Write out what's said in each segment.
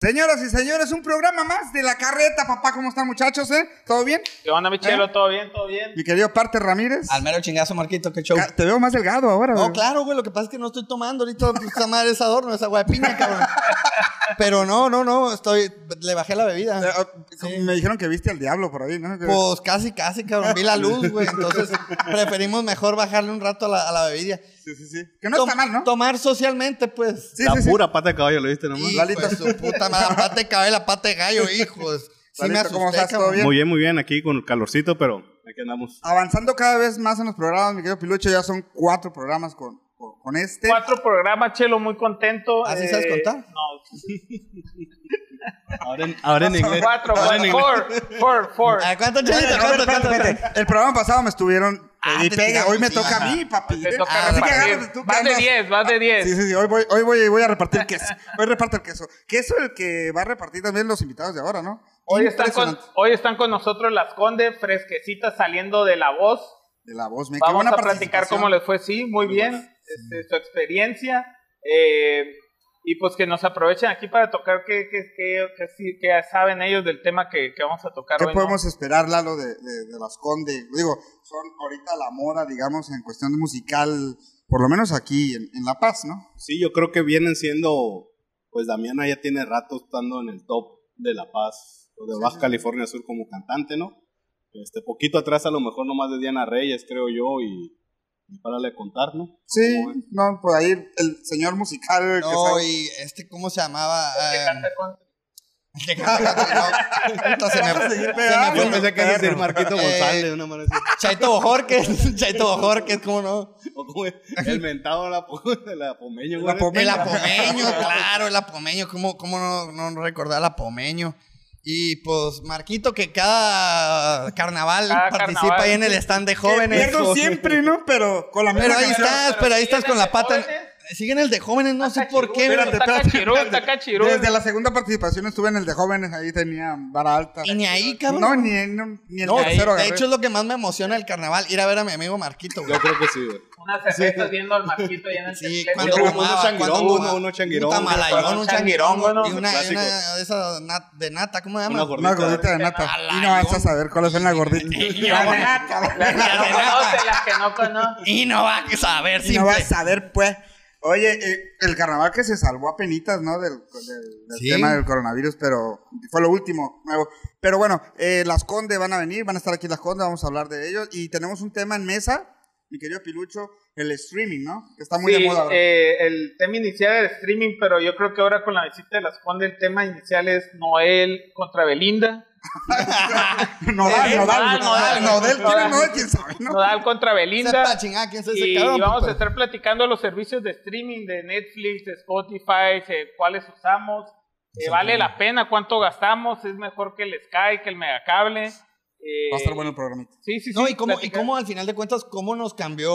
Señoras y señores, un programa más de la carreta, papá. ¿Cómo están, muchachos? Eh? ¿Todo bien? ¿Qué onda, ¿Eh? mi chelo? ¿Todo bien? ¿Todo bien? Mi querido Parte Ramírez. Al mero chingazo, Marquito, qué show. Ca- Te veo más delgado ahora, No, güey. claro, güey, lo que pasa es que no estoy tomando ahorita pues, esa madre, ese adorno, esa agua de piña, cabrón. Pero no, no, no, estoy, le bajé la Eh, bebida. ah, como Me dijeron que viste al diablo por ahí, ¿no? Que- Pues casi, casi, cabrón, vi la luz, güey, entonces preferimos mejor bajarle un rato a la, a la bebida. sí, sí, sí. Que no está Tom- mal, ¿no? Tomar socialmente, pues. Sí, la sí, sí. pura pata de caballo, ¿lo viste nomás? Hijo Lalito. de su puta madre, la pata de cabello, la pata de gallo, hijos. Sí me Lalito, ¿cómo asusté, estás? ¿Todo cabrón. bien? Muy bien, muy bien, aquí con el calorcito, pero aquí andamos. Avanzando cada vez más en los programas, mi querido Pilucho. Ya son cuatro programas con, con, con este. Cuatro programas, chelo, muy contento. ¿Ah, eh, ¿Así sabes contar? No, Ahora en, ahora en inglés. cuatro, Ahora en güey. inglés. Four, four, four. Ah, ¿Cuánto, A ver, chelita? a ver, ¿Cuánto, espérate, cuánto? espérate. El programa pasado me estuvieron. Ah, y te pega, tiraron, hoy me sí, toca a ajá. mí, papi. Te toca Ah, Así que repartir. agárrate tú, que Vas de andas- Ah, 10, vas de 10. Sí, sí, sí, hoy voy, hoy voy, voy a repartir queso. Hoy reparto el queso. Queso el que va a repartir también los invitados de ahora, ¿no? Hoy están, con, Impresionante. hoy están con nosotros las Conde, fresquecitas saliendo de la voz. De la voz, me Vamos a platicar cómo les fue, sí, muy bien, este, su experiencia. eh, y pues que nos aprovechen aquí para tocar qué, qué, qué, qué sí- qué saben ellos del tema que, que vamos a tocar ¿Qué hoy. ¿no? podemos esperar, Lalo, de, de, de las Conde? Digo, son ahorita la moda, digamos, en cuestión musical, por lo menos aquí en, en La Paz, ¿no? Sí, yo creo que vienen siendo, pues Damiana ya tiene rato estando en el top de La Paz, o de Baja California Sur como cantante, ¿no? Este, poquito atrás a lo mejor nomás de Diana Reyes, creo yo, y, y párale de contar, ¿no? Sí, ¿Cómo ven? no, por ahí el señor musical. que No, sabe- y este, ¿cómo se llamaba? Que Eh, canta con- que canta- no, puta, se me- Vamos a seguir se me pegando. fue Yo el pensé que ibas a decir Marquito González, una manera Chaito Bojorquez, Chaito Bojorquez, ¿cómo no? O como el mentado de la, po- de la Pomeño, La güey. Pomeño. El apomeño, claro, el apomeño, ¿cómo, cómo no, no recordar el apomeño? Y pues Marquito, que cada carnaval Cada participa carnaval. ahí en el stand de jóvenes. Pierdo siempre, ¿no? Pero con la Pero ahí canción. estás, pero pero ahí siguen estás con el la de pata. jóvenes. Siguen el de jóvenes, no sé Taca por qué. chirú, pero- Espérate, Taca espérate. chirú, taca chirú. Desde la segunda participación estuve en el de jóvenes, ahí tenía vara alta. Y ni ahí, cabrón. No, ni, no, ni el No, tercero de agarré. hecho es lo que más me emociona el carnaval, ir a ver a mi amigo Marquito. güey. Yo creo que sí, güey. Unas cervezas viendo al marquito allá en el Sí, templo. cuando Uno- uno fumaba, changuirón, cuando uno- fumaba. uno changuirón. Un tamalayón, un Un changuirón, changuirón, y ¿no? una, y Clásico. una de esas nat- de nata, ¿cómo se llama? Una Una gordita gordita. de nata. A la Y no vas a yo- saber cuáles son las gorditas. La nata, Las que no conoce, las que no conoce. Y no va a saber Y si no vas a saber, pues. Oye, eh, el carnaval que se salvó a penitas, ¿no? Del, del- del Sí. tema del coronavirus, pero fue lo último. nuevo. Pero bueno, eh, las Conde van a venir, van a estar aquí las Conde, vamos a hablar de ellos. Y tenemos un tema en mesa, mi querido Pilucho, el streaming, ¿no? Que Está muy Sí, de moda ahora. eh, el tema inicial era el streaming, pero yo creo que ahora con la visita de las Conde, el tema inicial es Noel contra Belinda. Nodal, eh, Nodal, Nodal, Nodal, Nodal, Nodal, ¿quién es Nodal? Nodal? ¿Quién sabe, no? Nodal contra Sepa Belinda. chingada quién es ese Y cabrón. vamos a pues. estar platicando los servicios de streaming de Netflix, de Spotify, eh, cuáles usamos, eh, vale la pena, cuánto gastamos, es mejor que el Sky, que el Megacable. eh, Va a estar bueno el programita. Sí, sí, sí. No, y cómo, y platicar. cómo al final de cuentas, cómo nos cambió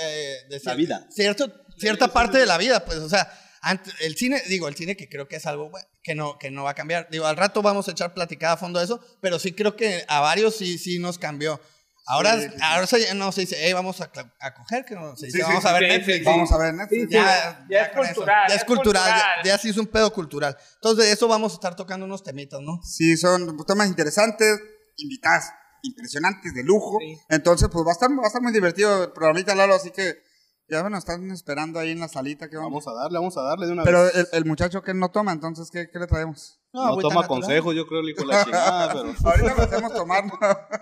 eh, de cier- vida. Cierto, cierta parte de la vida, pues, o sea, ant- el cine, digo, el cine que creo que es algo bueno, que no, que no va a cambiar. Digo, al rato vamos a echar platicada a fondo de eso, pero sí creo que a varios sí, sí nos cambió. Ahora, Sí, sí, sí. ahora se- no se dice, hey, vamos a, cla- a coger, que no se dice, Sí, sí, vamos sí, a ver sí, Netflix. sí, Vamos a ver Netflix. Sí, sí. Ya es con eso. cultural, Ya es cultural, cultural. ya, ya sí es un pedo cultural. Entonces, de eso vamos a estar tocando unos temitas, ¿no? Sí, son pues, temas interesantes, invitadas impresionantes, de lujo. Sí. Entonces, pues va a estar, va a estar muy divertido el programita, Lalo, así que ya bueno, están esperando ahí en la salita que vamos. Vamos a darle, vamos a darle de una Pero vez. el, el muchacho que no toma, entonces, ¿qué, qué le traemos? No, agüita toma natural. consejos, yo creo, el hijo de la chingada, pero... Ahorita lo hacemos tomar. ¿no?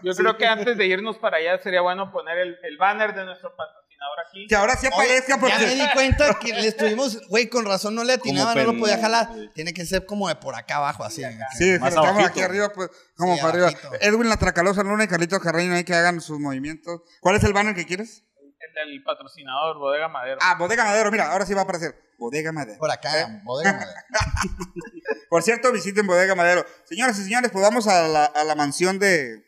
Yo creo que antes de irnos para allá sería bueno poner el, el banner de nuestro patrocinador aquí. Que ahora sí aparezca Ya me porque... di cuenta que le estuvimos, güey, con razón no le atinaba, Como no lo pen- podía jalar. sí. Tiene que ser como de por acá abajo, así. Sí, Más estamos abajito. aquí arriba, pues, como Sí, para arriba. abajito. Edwin La Tracalosa Luna y Carlitos Carreño, ahí que hagan sus movimientos. ¿Cuál es el banner que quieres? El del patrocinador, Bodega Madero. Ah, Bodega Madero, mira, ahora sí va a aparecer. Bodega Madero. Por acá, bodega madre. Por cierto, visiten Bodega Madero. Señoras y señores, pues vamos a la, a la mansión de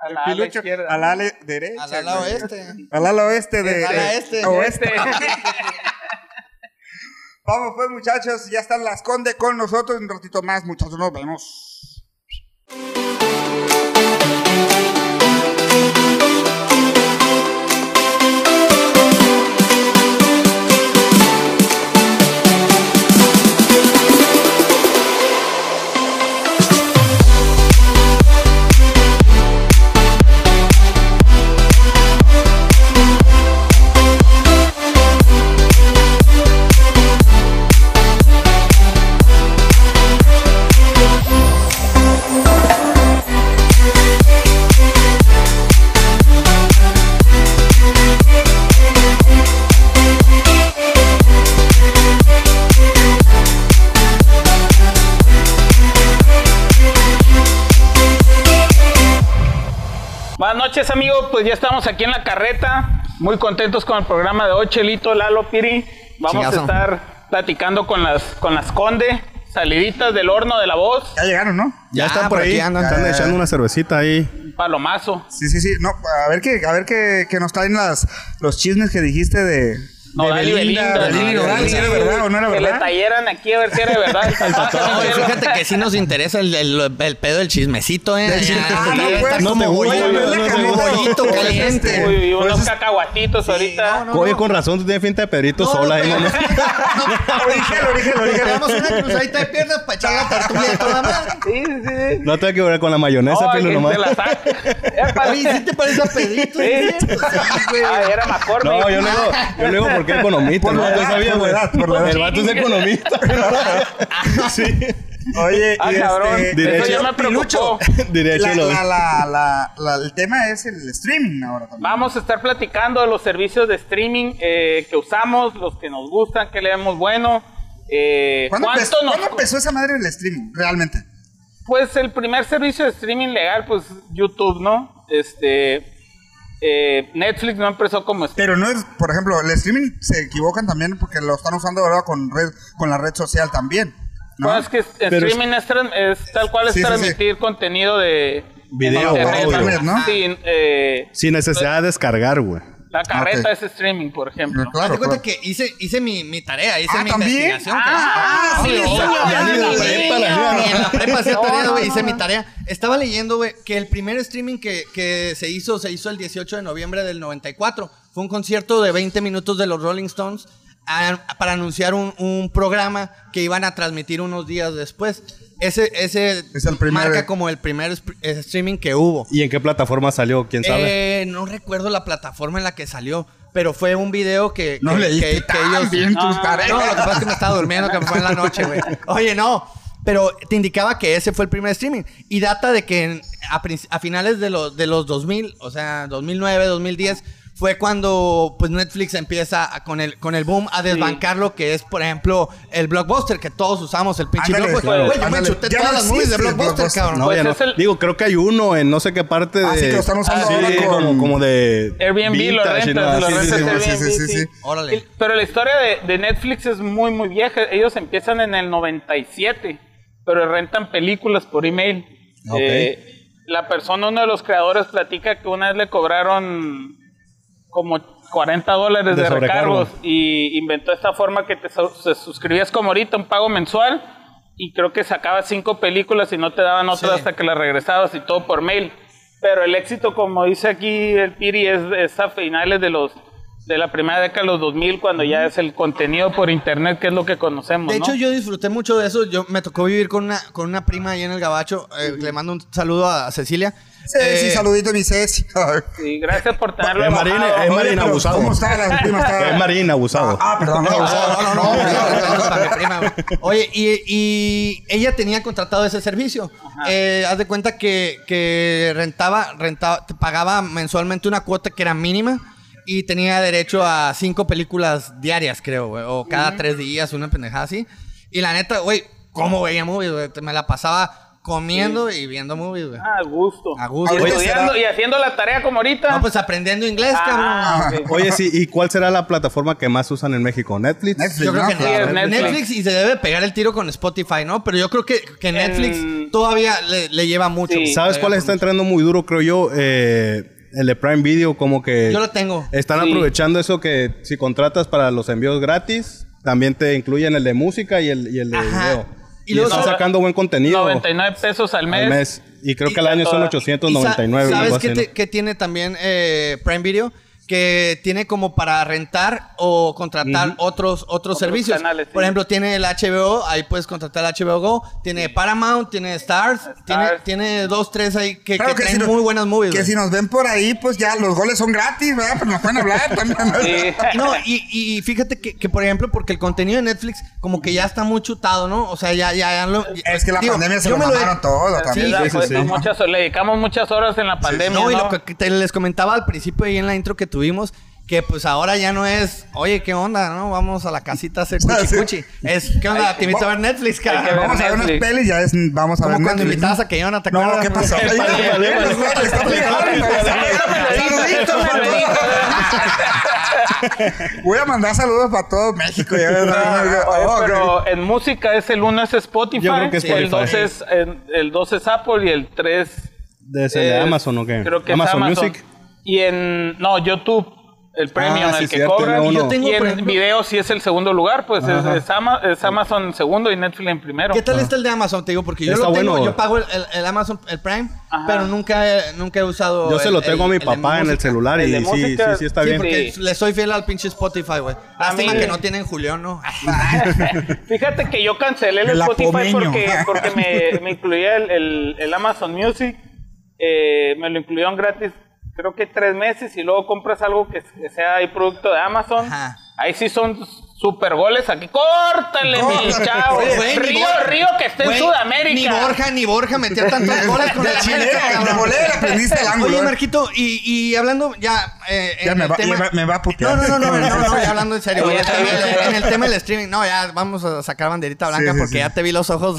a del la, ala Pilucho, izquierda. al ala derecha. Al lado güey. este. Al ala oeste de... Al ala de- este. Oeste. Este. Vamos pues muchachos, ya están las Conde con nosotros. Un ratito más, muchachos, nos vemos. noches, amigos. Pues ya estamos aquí en la carreta. Muy contentos con el programa de hoy, Chelito, Lalo, Piri. Vamos Chingazo. a estar platicando con las, con las Conde, saliditas del horno de la voz, Ya llegaron, ¿no? Ah, Ya están por aquí, andan. Ah. Están echando una cervecita ahí. palomazo. Sí, sí, sí. No, a ver que, a ver que, que nos traen las, los chismes que dijiste de. No, de Dali Belinda, Belinda, Dali Nodal, si era verdad o no era Que le verdad. tallaran aquí a ver si era verdad. el salvaje, No, ¿no? y fíjate que sí nos interesa el, el- el pedo del chismecito, ¿eh? Del chisme- Ah, Ah, no, está pues, como no me gusta, bollito, no me como gusta. bollito Pues, caliente. este, Uy, Por eso unos es- cacahuatitos ahorita. no, no. Oye, con razón, tú tienes finta de Pedrito No, sola. ahí, pero- ¿no? Lo dije, lo dije, lo dije. Damos una cruzadita de piernas para echar la tortilla a toda madre. Sí, sí, sí. No te voy a quebrar con la mayonesa, Ay, Pilo, que nomás. se la saque. Epa. Oye, ¿sí te parece a Pedrito? Sí. Sí, güey. Ah, era mejor, No, yo le digo, yo le digo porque economista. Por ¿no? la Yo edad, sabía, por la güey. edad, por la edad. El vato es economista. sí. Oye, Ah, y cabrón. este, Derecho. Eso ya me preocupó. Derecho la, lo la, la, la, la- el tema es el streaming ahora también. Vamos a estar platicando de los servicios de streaming eh, que usamos, los que nos gustan, que le damos bueno. Eh, ¿Cuándo, ¿Cuánto empezó, nos ¿Cuándo empezó esa madre del streaming? Realmente. Pues el primer servicio de streaming legal, pues YouTube, ¿no? Este. eh, Netflix no empezó como. streaming. Pero no es, por ejemplo, el streaming se equivocan también porque lo están usando ahora con red, con la red social también. ¿no? Bueno, es que streaming es, tran- es tal cual es Sí, sí, sí. transmitir contenido de. Video, internet, audio. Internet, ¿no? Sí, eh, Sin necesidad de descargar, güey. la carreta Ok. es streaming, por ejemplo. Claro, Hazte cuenta claro. que hice, hice mi, mi tarea, hice Ah, mi ¿también? investigación. Ah, cabrón. ah, sí, obvio, sí, obvio. ya ni en la Sí, prepa la niño, hacía, ni en la prepa hacía No, tarea, no, güey, no, hice no. mi tarea. Estaba leyendo, güey, que el primer streaming que, que se hizo, se hizo el 18 de noviembre del 94. Fue un concierto de 20 minutos de los Rolling Stones a- para anunciar un, un programa que iban a transmitir unos días después. Ese, ese Es el primer- marca como el primer sp- eh, streaming que hubo. ¿Y en qué plataforma salió? ¿Quién sabe? Eh, no recuerdo la plataforma en la que salió, pero fue un video que, No que, leíste que- que ellos- bien tus No, tareas. no, lo que pasa es que me estaba durmiendo, que me fue en la noche, güey. Oye, no. Pero te indicaba que ese fue el primer streaming. Y data de que en- a, prin- a finales de los, de los 2000, o sea, 2009, 2010, fue cuando pues Netflix empieza a- con, el, con el boom a desbancar lo que es, por ejemplo, el blockbuster, que todos usamos, el pinche Ándale, blockbuster. claro. Güey, yo me Ándale. chuté Ya todas no las movies de existe el blockbuster, Blockbuster. cabrón. No, pues ya no. es el- Digo, creo que hay uno en no sé qué parte de. Ah, sí, que lo están usando Sí, ahora con- como, como de. Airbnb lo vintage y nada, rentas, lo sí, sí, rentas sí, sí. Airbnb. sí, sí, sí, sí. Órale. Y- Pero la historia de, de Netflix es muy, muy vieja. Ellos empiezan en el 97, pero rentan películas por email. Ok. Eh, la persona, uno de los creadores, platica que una vez le cobraron como 40 dólares De de, sobrecargo. recargos y inventó esta forma que te su- se suscribías como ahorita, un pago mensual, y creo que sacabas cinco películas y no te daban otra Sí. hasta que las regresabas y todo por mail. Pero el éxito, como dice aquí el Piri, es, es a finales de los de la primera década de los 2000, cuando ya es el contenido por internet, que es lo que conocemos. De ¿no? hecho, yo disfruté mucho de eso. Yo me tocó vivir con una, con una prima ahí en el Gabacho. eh, Le mando un saludo a Cecilia. Sí, sí, Eh, saludito, mi Ceci. Sí, gracias por tenerlo. Eh, Marina, bajado. eh, Oye, Marina pero abusado. ¿Cómo estaba la prima? Estaba- Es Marín abusado. Ah, perdón, no, abusado. No, no, no, no, saludos para mi prima, güey. Oye, y, y ella tenía contratado ese servicio. Eh, haz de cuenta que, que rentaba, rentaba, te pagaba mensualmente una cuota que era mínima y tenía derecho a cinco películas diarias, creo, güey, o cada tres días, una pendejada así. Y la neta, güey, ¿cómo veía movies? güey? Me la pasaba comiendo y viendo movies, güey. Ah, a gusto. A gusto. Y Ahorita estudiando será- y haciendo la tarea como ahorita. No, pues aprendiendo inglés, Ah, cabrón. ok. Oye, sí, ¿y cuál será la plataforma que más usan en México? ¿Netflix? Netflix, Yo creo ¿no? que Claro. Sí, Netflix. es Netflix. Netflix y se debe pegar el tiro con Spotify, ¿no? Pero yo creo que, que Netflix En- todavía le, le lleva mucho. Sí. eh, ¿Sabes cuál está entrando muy duro, creo yo? Eh, el de Prime Video, como que. Yo lo tengo. Están Sí. aprovechando eso que si contratas para los envíos gratis, también te incluyen el de música y el, y el de Ajá. video. Y Y, luego están sabes- sacando buen contenido. 99 pesos al mes. al mes. Y creo Y- que al año son toda- Y sa- 899. o algo ¿Sabes así, qué, ¿no? te- qué tiene también eh, Prime Video? Que tiene como para rentar o contratar otros, otros, servicios. canales, sí. Por ejemplo, tiene el HBO, ahí puedes contratar el HBO Go. Tiene Paramount, tiene Stars, Tiene, Stars. tiene dos, tres ahí que, Claro que traen nos- muy buenas movies. Que güey. si nos ven por ahí, pues ya los goles son gratis, ¿verdad? Pero nos pueden hablar también. ¿no? Sí. No, y, y fíjate que, que, por ejemplo, porque el contenido de Netflix como que ya está muy chutado, ¿no? O sea, ya, ya, ya lo- Es que la digo, pandemia se yo lo me de- mamaron todo Sí, también. la- sí, sí, pues, sí. muchas- le dedicamos muchas horas en la pandemia. No, y ¿no? lo que te- les comentaba al principio y en la intro que tuvimos, Que pues ahora ya no es, oye, ¿qué onda? ¿No? Vamos a la casita a hacer cuchi cuchi. Es, ¿qué onda? Te invito a ver Netflix, hay que cara. ver Vamos a ver unas Netflix. pelis, ya es, vamos a ver Como cuando Netflix, invitabas ¿no? a que yo no te No, acuerdas. ¿qué pasó? Ay, Vale, ay, vale, ay, vale. está aplicando, Saluditos Me para lo dijo, todos. Voy a mandar saludos para todo México. ya ves, Ah, Oye, oh, ok. Ah, pero en música es el 1 es Spotify, Yo creo que es el Spotify. 2 es, el, el dos es Apple y el 3 ¿De ese de Amazon o qué? Creo que Amazon, es Amazon. Music. Ah, Y en no, YouTube el premium sí, el que cierto, cobran. no, Y, no. Yo en tengo, por video sí es el segundo lugar, pues es, es Ama- es Amazon en segundo y Netflix en primero. Ah. ¿Qué tal está el de Amazon? Te digo, porque yo Está lo tengo, bueno. yo pago el, el- el Amazon, el Prime, Ajá. pero nunca he, nunca he usado. Yo se el- lo tengo a mi el- el de papá en el música. celular y El de sí, sí, música, sí, está Sí, bien. porque Sí. le soy fiel al pinche Spotify, güey. Lástima mí- que no tienen Julián, ¿no? Ah, Fíjate que yo cancelé el Me la comeño. Spotify porque, porque me, me incluía el, el- el Amazon Music. eh, me lo incluyeron gratis, creo que tres meses. Y luego compras algo que, que sea ahí producto de Amazon. Ajá. Ahí sí son super goles. Aquí, córtale, mi Córtale. chavo. Oye, Güey, ni río, Borja- río, que esté güey, en Sudamérica. Ni Borja, ni Borja metía tantos goles con el Chile, América, de cabrón. volea, aprendiste el ángulo. Oye, ¿eh? Marquito, y, y hablando ya. eh, en Ya me el va- tema- me va- me va a No, putear. no, no, no, no, no, ya hablando en serio. güey, Oye, en el también- tema- en el tema del streaming, no, ya vamos a sacar banderita Sí, blanca sí, porque sí. ya te vi los ojos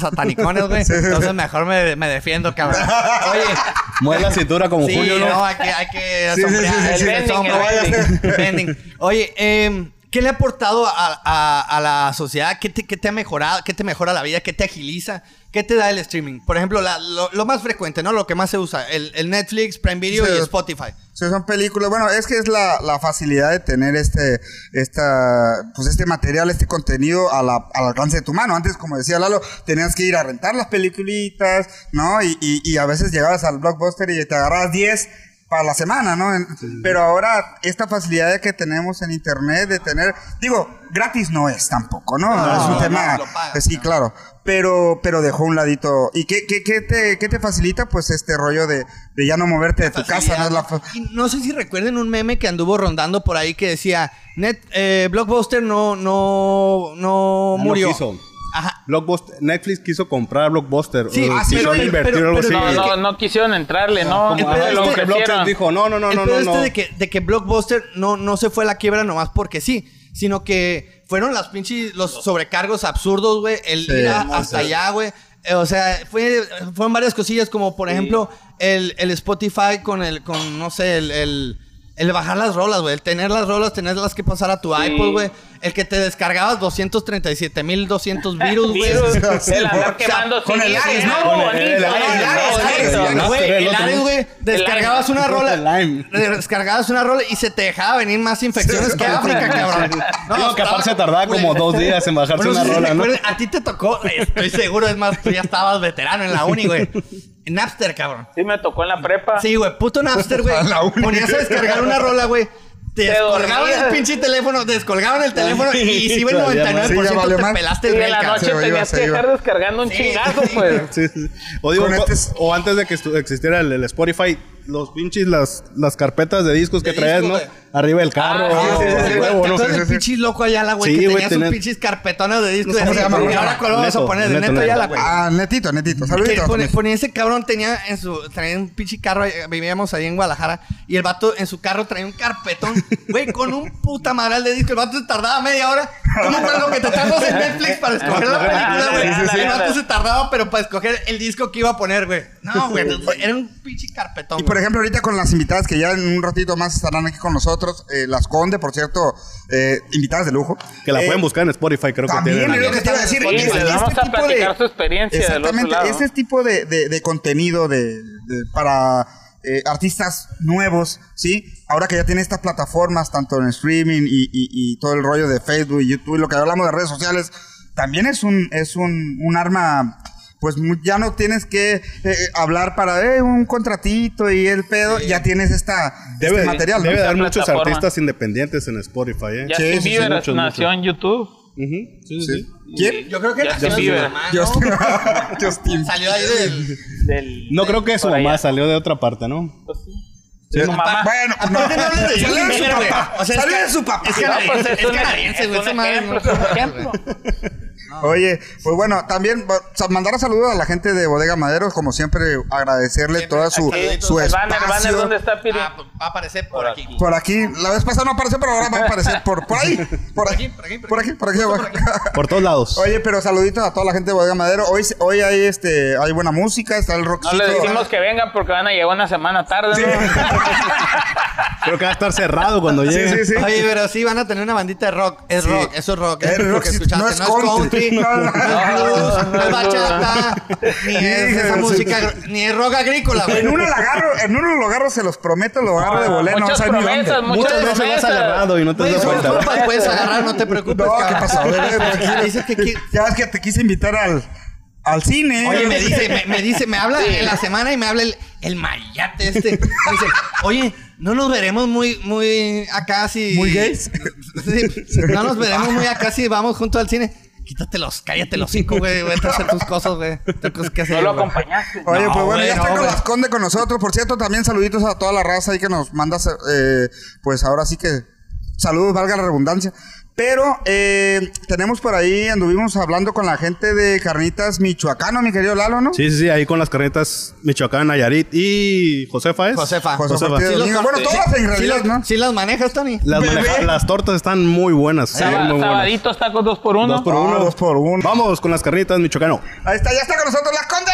satanicones, güey. Entonces mejor me, me defiendo, cabrón. Oye, Mueve la cintura como Sí, Julio, ¿no? no, hay que, hay que Sí, sí, sí, asombrar, eh, sí, hay sí, que sí, asombrar. no vaya a ser. Bending. Oye, em, ¿qué le ha aportado a, a- a la sociedad? ¿Qué te, qué te ha mejorado? ¿Qué te mejora la vida? ¿Qué te agiliza? ¿Qué te da el streaming? Por ejemplo, la- lo, lo más frecuente, ¿no? Lo que más se usa, el, el Netflix, Prime Video Sí. y Spotify. O sea, son películas. Bueno, es que es la, la facilidad de tener este, esta, pues este material, este contenido a la- al alcance de tu mano. Antes, como decía Lalo, tenías que ir a rentar las peliculitas, ¿no? Y, y- y a veces llegabas al blockbuster y te agarrabas 10 para la semana, ¿no? En- Pero ahora, esta facilidad que tenemos en internet de tener, digo, gratis no es tampoco, ¿no? No, es un no, tema. lo pagas, pues, sí, claro. Pero, pero dejó un ladito. ¿Y qué, qué, qué te, qué te facilita? Pues este rollo de, de ya no moverte de tu casa, ¿no? Es la fa- Y no sé si recuerden un meme que anduvo rondando por ahí que decía, Net, eh, Blockbuster no, no, no Ah, No murió. quiso. Ajá. Blockbuster- Netflix quiso comprar Blockbuster. Sí, eh, ah, sí, quisieron pero- invertir pero- algo pero- así. No, Sí. no, no quisieron entrarle, no. Como Ajá, ajá, Se el lo pedo- este Blockbuster ofrecieron. dijo, no, no, no, el no, pedo no. este no. de que, de que Blockbuster no, no se fue a la quiebra nomás porque sí, sino que fueron las pinches, los sobrecargos absurdos, güey, el ir a- hasta allá, güey. Eh, O sea, fue, fueron varias cosillas como, por ejemplo, el, el Spotify con el, con, no sé, el, el, el bajar las rolas, güey. El tener las rolas, tenerlas que pasar a tu Sí. iPod, güey. El que te descargabas 237.200 virus, güey. Virus, el andar Sí, quemando con el CDs, Ares, ¿no? ¿no? Con el- Bonito, el- el- ¿no? el el- Ares, Bonito, el Ares, ¿no? güey, el el otro, Ares, ¿no? güey, Descargabas una rola. Lime. Descargabas una rola y se te dejaba venir más infecciones que África, cabrón. Digo que estaba aparte se tardaba culero. como dos días en bajarse Bueno, no una sé si rola, ¿no? recuerden, A ti te tocó, estoy seguro, es más, tú ya estabas veterano en la uni, güey. En Napster, cabrón. Sí, me tocó en la prepa. Sí, güey, puto Napster, güey. A la uni. Ponías a descargar una rola, güey. Te Te descolgaban el dormías. pinche teléfono, descolgaban el teléfono y si iba el Sí, ya 99% valió te más. Y pelaste el de rey, la cabrón. noche se iba, tenías se que iba. dejar descargando un Sí, chingazo, sí. pues. Sí, sí. O digo, Con co- este- o antes de que estu- existiera el, el Spotify, los pinches, las, las carpetas de discos que De traías, discos, ¿no? güey. Arriba del carro. Ah, sí, sí, o- sí, o- sí, ¿Te o- no sé. acuerdas del pinche loco allá, la güey? Sí, que güey, tenía sus tenés- pinches carpetones de disco. ¿Cómo se llama, Y güey? ahora cuál vamos a Neto, poner de Neto, neto ya Neto. la güey. Ah, netito, netito. Que Saluditos. pone- ponía ese cabrón, tenía en su, traía un pinche carro, eh, vivíamos ahí en Guadalajara, y el vato en su carro traía un carpetón, güey, con un puta madral de disco, el vato se tardaba media hora, como cuando que te traemos en Netflix para escoger la película, güey, Sí, sí, sí. el vato se tardaba, pero para escoger el disco que iba a poner, güey, no, güey, era un pinche carpetón, Y por güey. ejemplo, ahorita con las invitadas que ya en un ratito más estarán aquí con nosotros, eh, las Conde, por cierto, eh, invitadas de lujo. Que la Eh, pueden buscar en Spotify, creo que También tienen. es lo que te iba a decir. Sí, es- este pues, vamos a tipo platicar su experiencia del otro Exactamente, lado. este tipo de, de- de contenido de, de- para eh, artistas nuevos, ¿sí? Ahora que ya tiene estas plataformas, tanto en streaming y, y- y todo el rollo de Facebook y YouTube, y lo que hablamos de redes sociales, también es un, es un, un arma. Pues mu- ya no tienes que eh, hablar para eh, un contratito y el pedo, ya tienes esta, Debe, este material. ¿no? debe Esta dar muchos plataforma. artistas independientes en Spotify, ¿eh? Ya Sí, sí, sí, sí, Bieber muchos, nació en YouTube. Ujú, sí, sí, Sí. sí. ¿Quién? Yo creo que Justin nació de su Bieber. mamá, ¿no? Justin. Justin. Salió ahí del... Del, No creo que su por allá. mamá salió de otra parte, ¿no? Pues sí. Su mamá. Bueno, pues, no. Aparte no hables de Salió Justin de su Bieber, güey. papá. O sea, es Salió que- de su papá. Es No, pues es canadiense, es un, canadiense, es güey, un esa madre ejemplo, no- es un ejemplo. Oye, pues bueno, también va- sa- mandar saludos a la gente de Bodega Madero, como siempre, agradecerle toda su, Aquí, su el espacio. banner, banner, ¿dónde está Piri? Ah, pues, va a aparecer por, Por aquí. aquí. Por aquí, la vez pasada no apareció, pero ahora va a aparecer por, por ahí. Por aquí, por aquí, por aquí. abajo. Por todos lados. Oye, pero saluditos a toda la gente de Bodega Madero. Hoy, se- hoy hay este, hay buena música, está el No rockcito. le decimos que vengan porque van a llegar una semana tarde. ¿no? Creo que va a estar cerrado cuando llegue. sí, sí, sí. Oye, pero sí van a tener una bandita de rock. Es Sí. rock, eso es rock. Es Es lo rock, que sí, escuchaste. no No es es country. country, no No, no, es blues, no es bachata, ni es Híjole, esa sí. música, gr- ni es rock agrícola, güey. En uno lo agarro, en uno lo agarro, se los prometo, lo agarro de boleno. muchas no sé ni dónde. promesas, muchas Muchas veces vas promesas. agarrado y no te Güey, das son cuenta. papas, puedes agarrar, no te preocupes. No, ¿qué cabrón. pasó? Bebé? Tranquilo. Dice que qui- Ya ves que te quise invitar al, al cine. Oye, me dice, me, me dice, me habla en la semana y me habla el, el mayate este. Me Dice, oye, no nos veremos muy, muy acá si. ¿Muy gays? Sí, no nos veremos muy acá si vamos juntos al cine. Quítatelos, cállate los cinco, güey. Vete a hacer tus cosas, güey. Tengo cosas que hacer. No lo güey. acompañaste. Oye, No, pues bueno, güey, ya está no, con güey. las conde con nosotros. Por cierto, también saluditos a toda la raza ahí que nos manda, eh, pues ahora sí que saludos, valga la redundancia. Pero eh, tenemos por ahí, anduvimos hablando con la gente de Carnitas Michoacano, mi querido Lalo, ¿no? Sí, sí, sí, ahí con las carnetas Michoacán, Nayarit y Josefa es. Josefa. José Josefa. Martínez Sí, los Domínguez. Bueno, cortes. todas en Sí, realidad, las- ¿no? sí las manejas, Tony. Las, maneja- las tortas están muy buenas. sí, Saba- muy buenas. sabaditos, tacos dos por uno. Dos por Ah, uno. dos por uno. Vamos con las carnitas Michoacano. Ahí está, ya está con nosotros las conde.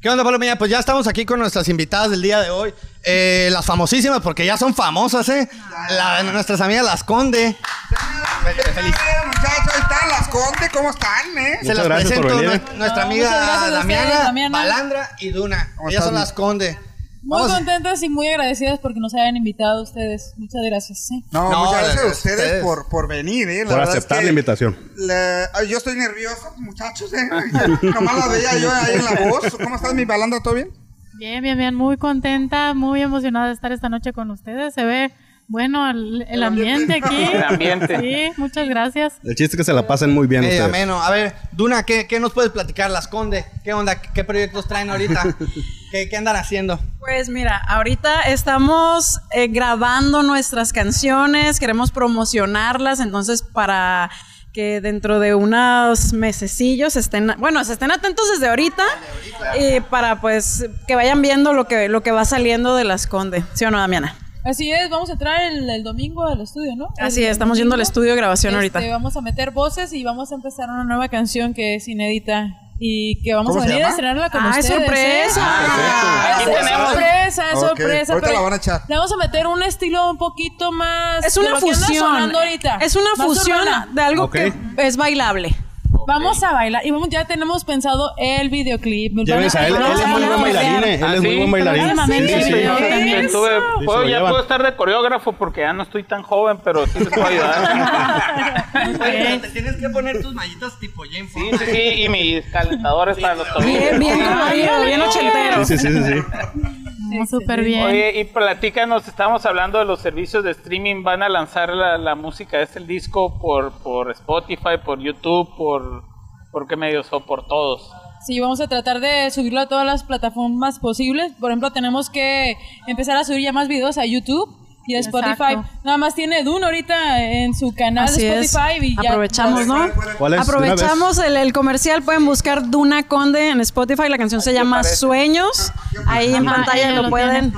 ¿Qué onda, Palomilla? Pues ya estamos aquí con nuestras invitadas del día de hoy. Eh, las famosísimas, porque ya son famosas, ¿eh? La- nuestras amigas Las Conde. Feliz. Eh, Muchachos, ahí están las conde, ¿cómo están, eh? Se Muchas las gracias por presento venir. nuestra, nuestra No, amiga muchas gracias a Damiana, ustedes, Damiana. Balandra y Duna. ¿Cómo Ellas son estás? las Conde. Muy Vamos a- contentas y muy agradecidas porque nos hayan invitado ustedes. Muchas gracias. sí. No, No, muchas gracias a gracias a ustedes, ustedes. Por, por venir, ¿eh? La Por verdad es aceptar que la invitación. la- ay, yo estoy nervioso, muchachos, ¿eh? Nomás la veía yo ahí en la voz. ¿Cómo estás, mi balanda? ¿Todo bien? Bien, bien, bien. Muy contenta, muy emocionada de estar esta noche con ustedes. Se ve bueno el, el ambiente aquí. El ambiente. Sí, muchas gracias. El chiste es que se la pasen muy bien Medio ustedes. ameno. A ver, Duna, ¿qué, qué nos puedes platicar? Las Conde, ¿qué onda? ¿Qué, qué proyectos traen ahorita? ¿Qué, qué andan haciendo? Pues mira, ahorita estamos eh, grabando nuestras canciones, queremos promocionarlas, entonces para que dentro de unos mesecillos estén, bueno, se estén atentos desde ahorita y para pues que vayan viendo lo que, lo que va saliendo de las Conde, ¿sí o no, Damiana? Así es, vamos a entrar el, el domingo al estudio, ¿no? Así El- es, el estamos yendo al domingo. estudio de grabación Este, ahorita. Vamos a meter voces y vamos a empezar una nueva canción que es inédita y que vamos ¿Cómo a se venir llama? a estrenarla con ¡Ah, es ustedes. ¿eh? sorpresa! Ah, Ah, perfecto. Aquí es tenemos. sorpresa, es Ok, sorpresa. ahorita pero la van a echar. Le vamos a meter un estilo un poquito más. Es de una lo que anda fusión. sonando ahorita. Es una Más fusión urbana. de algo Ok. que es bailable. Vamos a bailar y vamos, ya tenemos pensado el videoclip. Ya ves a él, Vamos él es a muy buen bailar. bailarín, eh, él ¿Ah, es muy sí? buen bailarín. Próximamente. Sí, sí, Sí, sí. yo también Eso. estuve- Sí, puedo- se lo ya llevan. puedo estar de coreógrafo porque ya no estoy tan joven, pero sí les puedo ayudar. Oye, te tienes que poner tus mallitas tipo James Sí, sí, sí, y mis calentadores para los Bien, tobillos. bien colorido, bien ochentero. Sí, sí, sí, sí, sí. Muy Súper bien. Oye, y platícanos, estábamos hablando de los servicios de streaming, van a lanzar la, la música, es el disco por, por Spotify, por YouTube, por, por qué medios o por todos. Sí, vamos a tratar de subirlo a todas las plataformas posibles. Por ejemplo, tenemos que empezar a subir ya más videos a YouTube y a Exacto. Spotify. Nada más tiene Dune ahorita en su canal Así de es. Spotify y ya. Aprovechamos, ¿no? ¿Cuál es? Aprovechamos el, el comercial. Pueden buscar Duna Conde en Spotify. La canción se llama Sueños. Ahí en Ajá, pantalla ahí lo lo pueden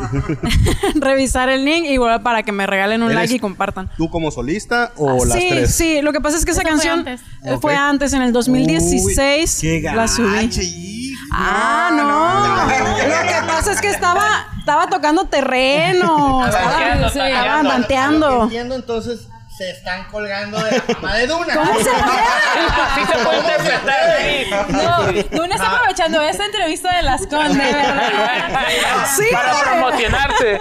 revisar el link y bueno, para que me regalen un ¿Eres like y compartan. ¿Tú como solista o las sí, tres? sí. Lo que pasa es que esa Eso fue canción antes. eh, fue antes, en el 2016. la subí. Ah, no. Lo que pasa es que estaba, estaba tocando terreno. Estaba Tanteando, estaban tanteando. tanteando. Entiendo, entonces, se están colgando de la cama de Duna. ¿Cómo se Sí se puede interpretar, sí. No, Duna Ah. está aprovechando esta entrevista de las Conde, ¿verdad? Sí, Para güey. promocionarse.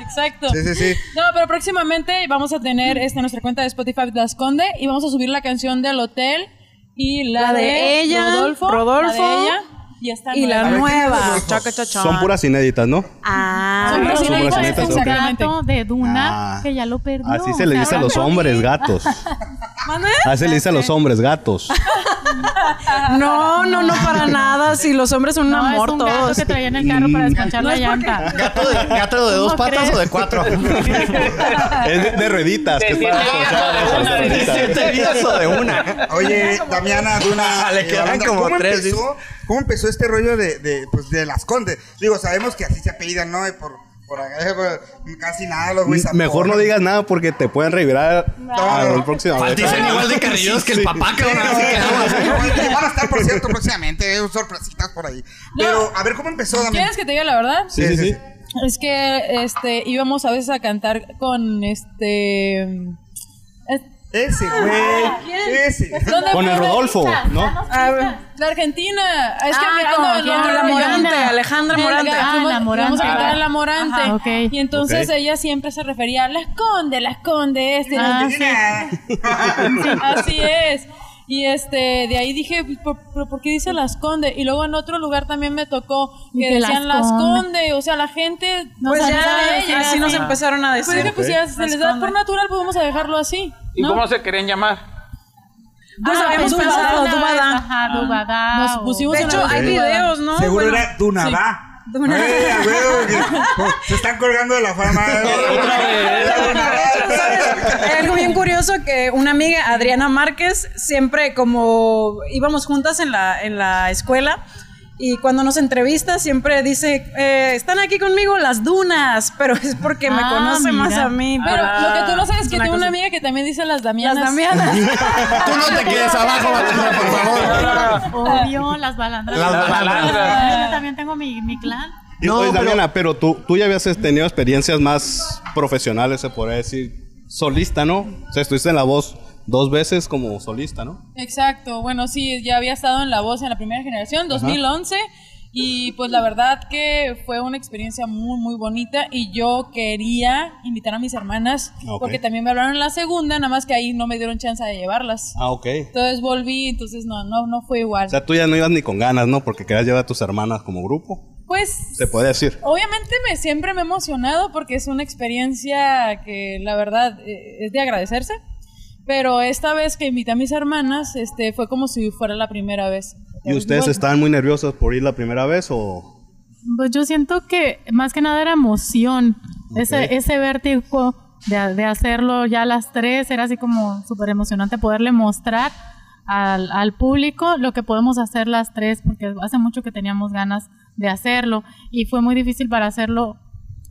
Exacto. Sí, sí, sí. No, pero próximamente vamos a tener este, nuestra cuenta de Spotify de Las Conde y vamos a subir la canción del hotel y la, La de ella, Rodolfo, Rodolfo, la de ella y esta Y la nueva. nueva. Chaca, cha, cha. Son puras inéditas, ¿no? Ah. Son Pero puras sí son le dijo puras es un exactamente. gato de Duna Ah. que ya lo perdió. Así se le o sea, dice a ahora los perdí. hombres gatos. ¿Mande? Así le dice a los Este. hombres gatos. No, no, no, para nada. Si los hombres son un No, amor es un gato todos. que traía en el carro para desconchar No la es porque- llanta. ¿Gato de, gato de dos ¿Cómo patas crees? o de cuatro? Es de, de rueditas. De que siete está- días o de una, de rueditas. Siete días o de una. Oye, Damiana, Duna, Ah, Le eh, quedan Valanda, como ¿cómo tres, Empezó, ¿Cómo empezó este rollo de, de, pues, de las condes? Digo, sabemos que así se apellidan, ¿no? Y por, por acá, eh, por- casi nada, los güeyes. Mejor no digas nada porque te pueden revirar a la próxima vez. Dicen igual de carrillos que el papá, cabrón. Así quedamos. Van a estar, por cierto, próximamente, eh, sorpresitas por ahí. Pero, a ver, ¿cómo empezó, Damiana? ¿Quieres que te diga la verdad? Sí, sí, sí. Es que este íbamos a veces a cantar con este es- Ese, güey. Ah, ¿Quién? Ese. ¿Dónde Con el fue? Rodolfo, ¿no? A ver. La Argentina. Es que Ah, mira, ¿cómo? no, en ¿Quién? Londres, La Morante, Londres. Alejandra Morante. Venga, Ah, fuimos- la Morante. Vamos a cantar en la Morante. Ajá, ok. Y entonces Ok. ella siempre se refería a la esconde, la esconde, este. Ah, este". Así es. Y este, de ahí dije, ¿por, pero por qué dice las conde? Y luego en otro lugar también me tocó que Dice decían Las las Conde. conde. O sea, la gente no Pues sabe ya, de ellas. así nos Sí. empezaron a Pero decir. dije, pues ya, si se les da por natural, pues vamos a dejarlo así. ¿Y ¿no? cómo se quieren llamar? Pues Ah, habíamos Dubada, pensado, Ah. una Dubada. vez, Ajá, Dubada. Nos o- pusimos- De hecho, hay videos, ¿no? Seguro Bueno, era Dunabá. Duna. Ay, a huevo, que- oh, se están colgando de la fama. Era Dunabá. Hay algo bien curioso que una amiga, Adriana Márquez, siempre como íbamos juntas en la, en la escuela y cuando nos entrevista siempre dice, eh, están aquí conmigo las dunas, pero es porque me Ah, conoce mira. más a mí. Pero Ah, lo que tú no sabes es que una tengo una cosa- amiga que también dice las Las damianas. damianas. Tú no te quedes abajo, Batman, por favor. Obvio, las balandras. Las balandras. Yo también tengo mi, mi clan. Y, No, oye, pero- Damiana, pero tú, tú ya habías tenido experiencias más profesionales, se podría decir, solista, ¿no? O sea, estuviste en la voz dos veces como solista, ¿no? Exacto, bueno, sí, ya había estado en La Voz en la primera generación, 2011, y pues la verdad que fue una experiencia muy, muy bonita y yo quería invitar a mis hermanas, Ok. porque también me hablaron en la segunda, nada más que ahí no me dieron chance de llevarlas. Ah, ok. Entonces volví, entonces no, no, no fue igual. O sea, tú ya no ibas ni con ganas, ¿no? Porque querías llevar a tus hermanas como grupo, Pues se puede decir. Obviamente me siempre me he emocionado porque es una experiencia que la verdad eh, es de agradecerse. Pero esta vez que invité a mis hermanas, este fue como si fuera la primera vez. ¿Y ustedes Bueno, estaban muy nerviosos por ir la primera vez o...? Pues yo siento que más que nada era emoción. Ese, ese vértigo de, de hacerlo ya a las tres era así como súper emocionante poderle mostrar al, al público lo que podemos hacer las tres, porque hace mucho que teníamos ganas de hacerlo y fue muy difícil para hacerlo,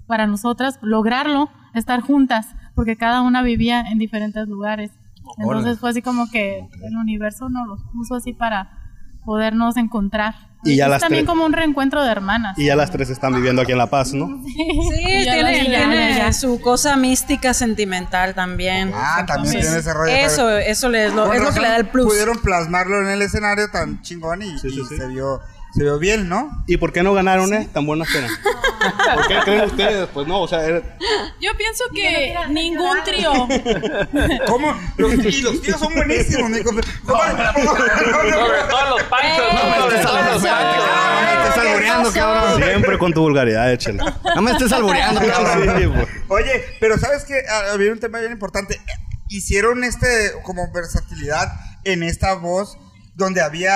para nosotras, lograrlo, estar juntas, porque cada una vivía en diferentes lugares. Entonces fue así como que el universo nos los puso así para podernos encontrar. Y ya es las también tres- como un reencuentro de hermanas. Y ya las tres están viviendo aquí en La Paz, ¿no? Sí, Y ya tiene, las- ya, tiene ya, ya. su cosa mística sentimental también. Ah, también tiene ese rollo. Eso, eso le- es, lo, Con es lo que razón le da el plus. Pudieron plasmarlo en el escenario tan chingón y, y se vio se vio bien, ¿no? ¿Y por qué no ganaron, eh? Tan buenas que eran. ¿Por qué creen ustedes? Pues no, o sea, era- Yo pienso que ningún trío. ¿Cómo? Los, y los tíos son buenísimos, Nico. ¿Cómo? Sobre todos los panchos, Eh. ¿no? Sobre todos los panchos. No me estés albureando, cabrón. siempre con tu vulgaridad, échela. No me estés albureando, cabrón. Sí, pues. Oye, pero sabes que había un tema bien importante. Hicieron este como versatilidad en esta voz donde había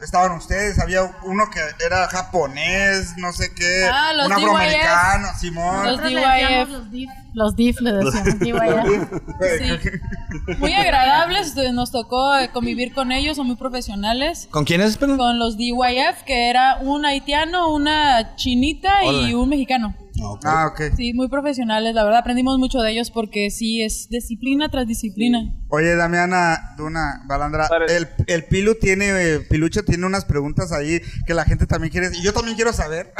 estaban ustedes, había uno que era japonés, no sé qué, Ah, los un afroamericano, Simón. Los Nosotros le decíamos DYF. Los DIF. Los DIF le decíamos DYF. sí, muy agradables, eh, nos tocó eh, convivir con ellos, son muy profesionales. ¿Con quién es, perdón? Con los DYF, que era un haitiano, una chinita y un mexicano. pues, ok. Ah, ok. Sí, muy profesionales, la verdad aprendimos mucho de ellos porque sí es disciplina tras disciplina. Oye, Damiana, Duna, Balandra, Pare- el, el Pilu tiene, eh, Pilucho tiene unas preguntas ahí que la gente también quiere, y yo también quiero saber.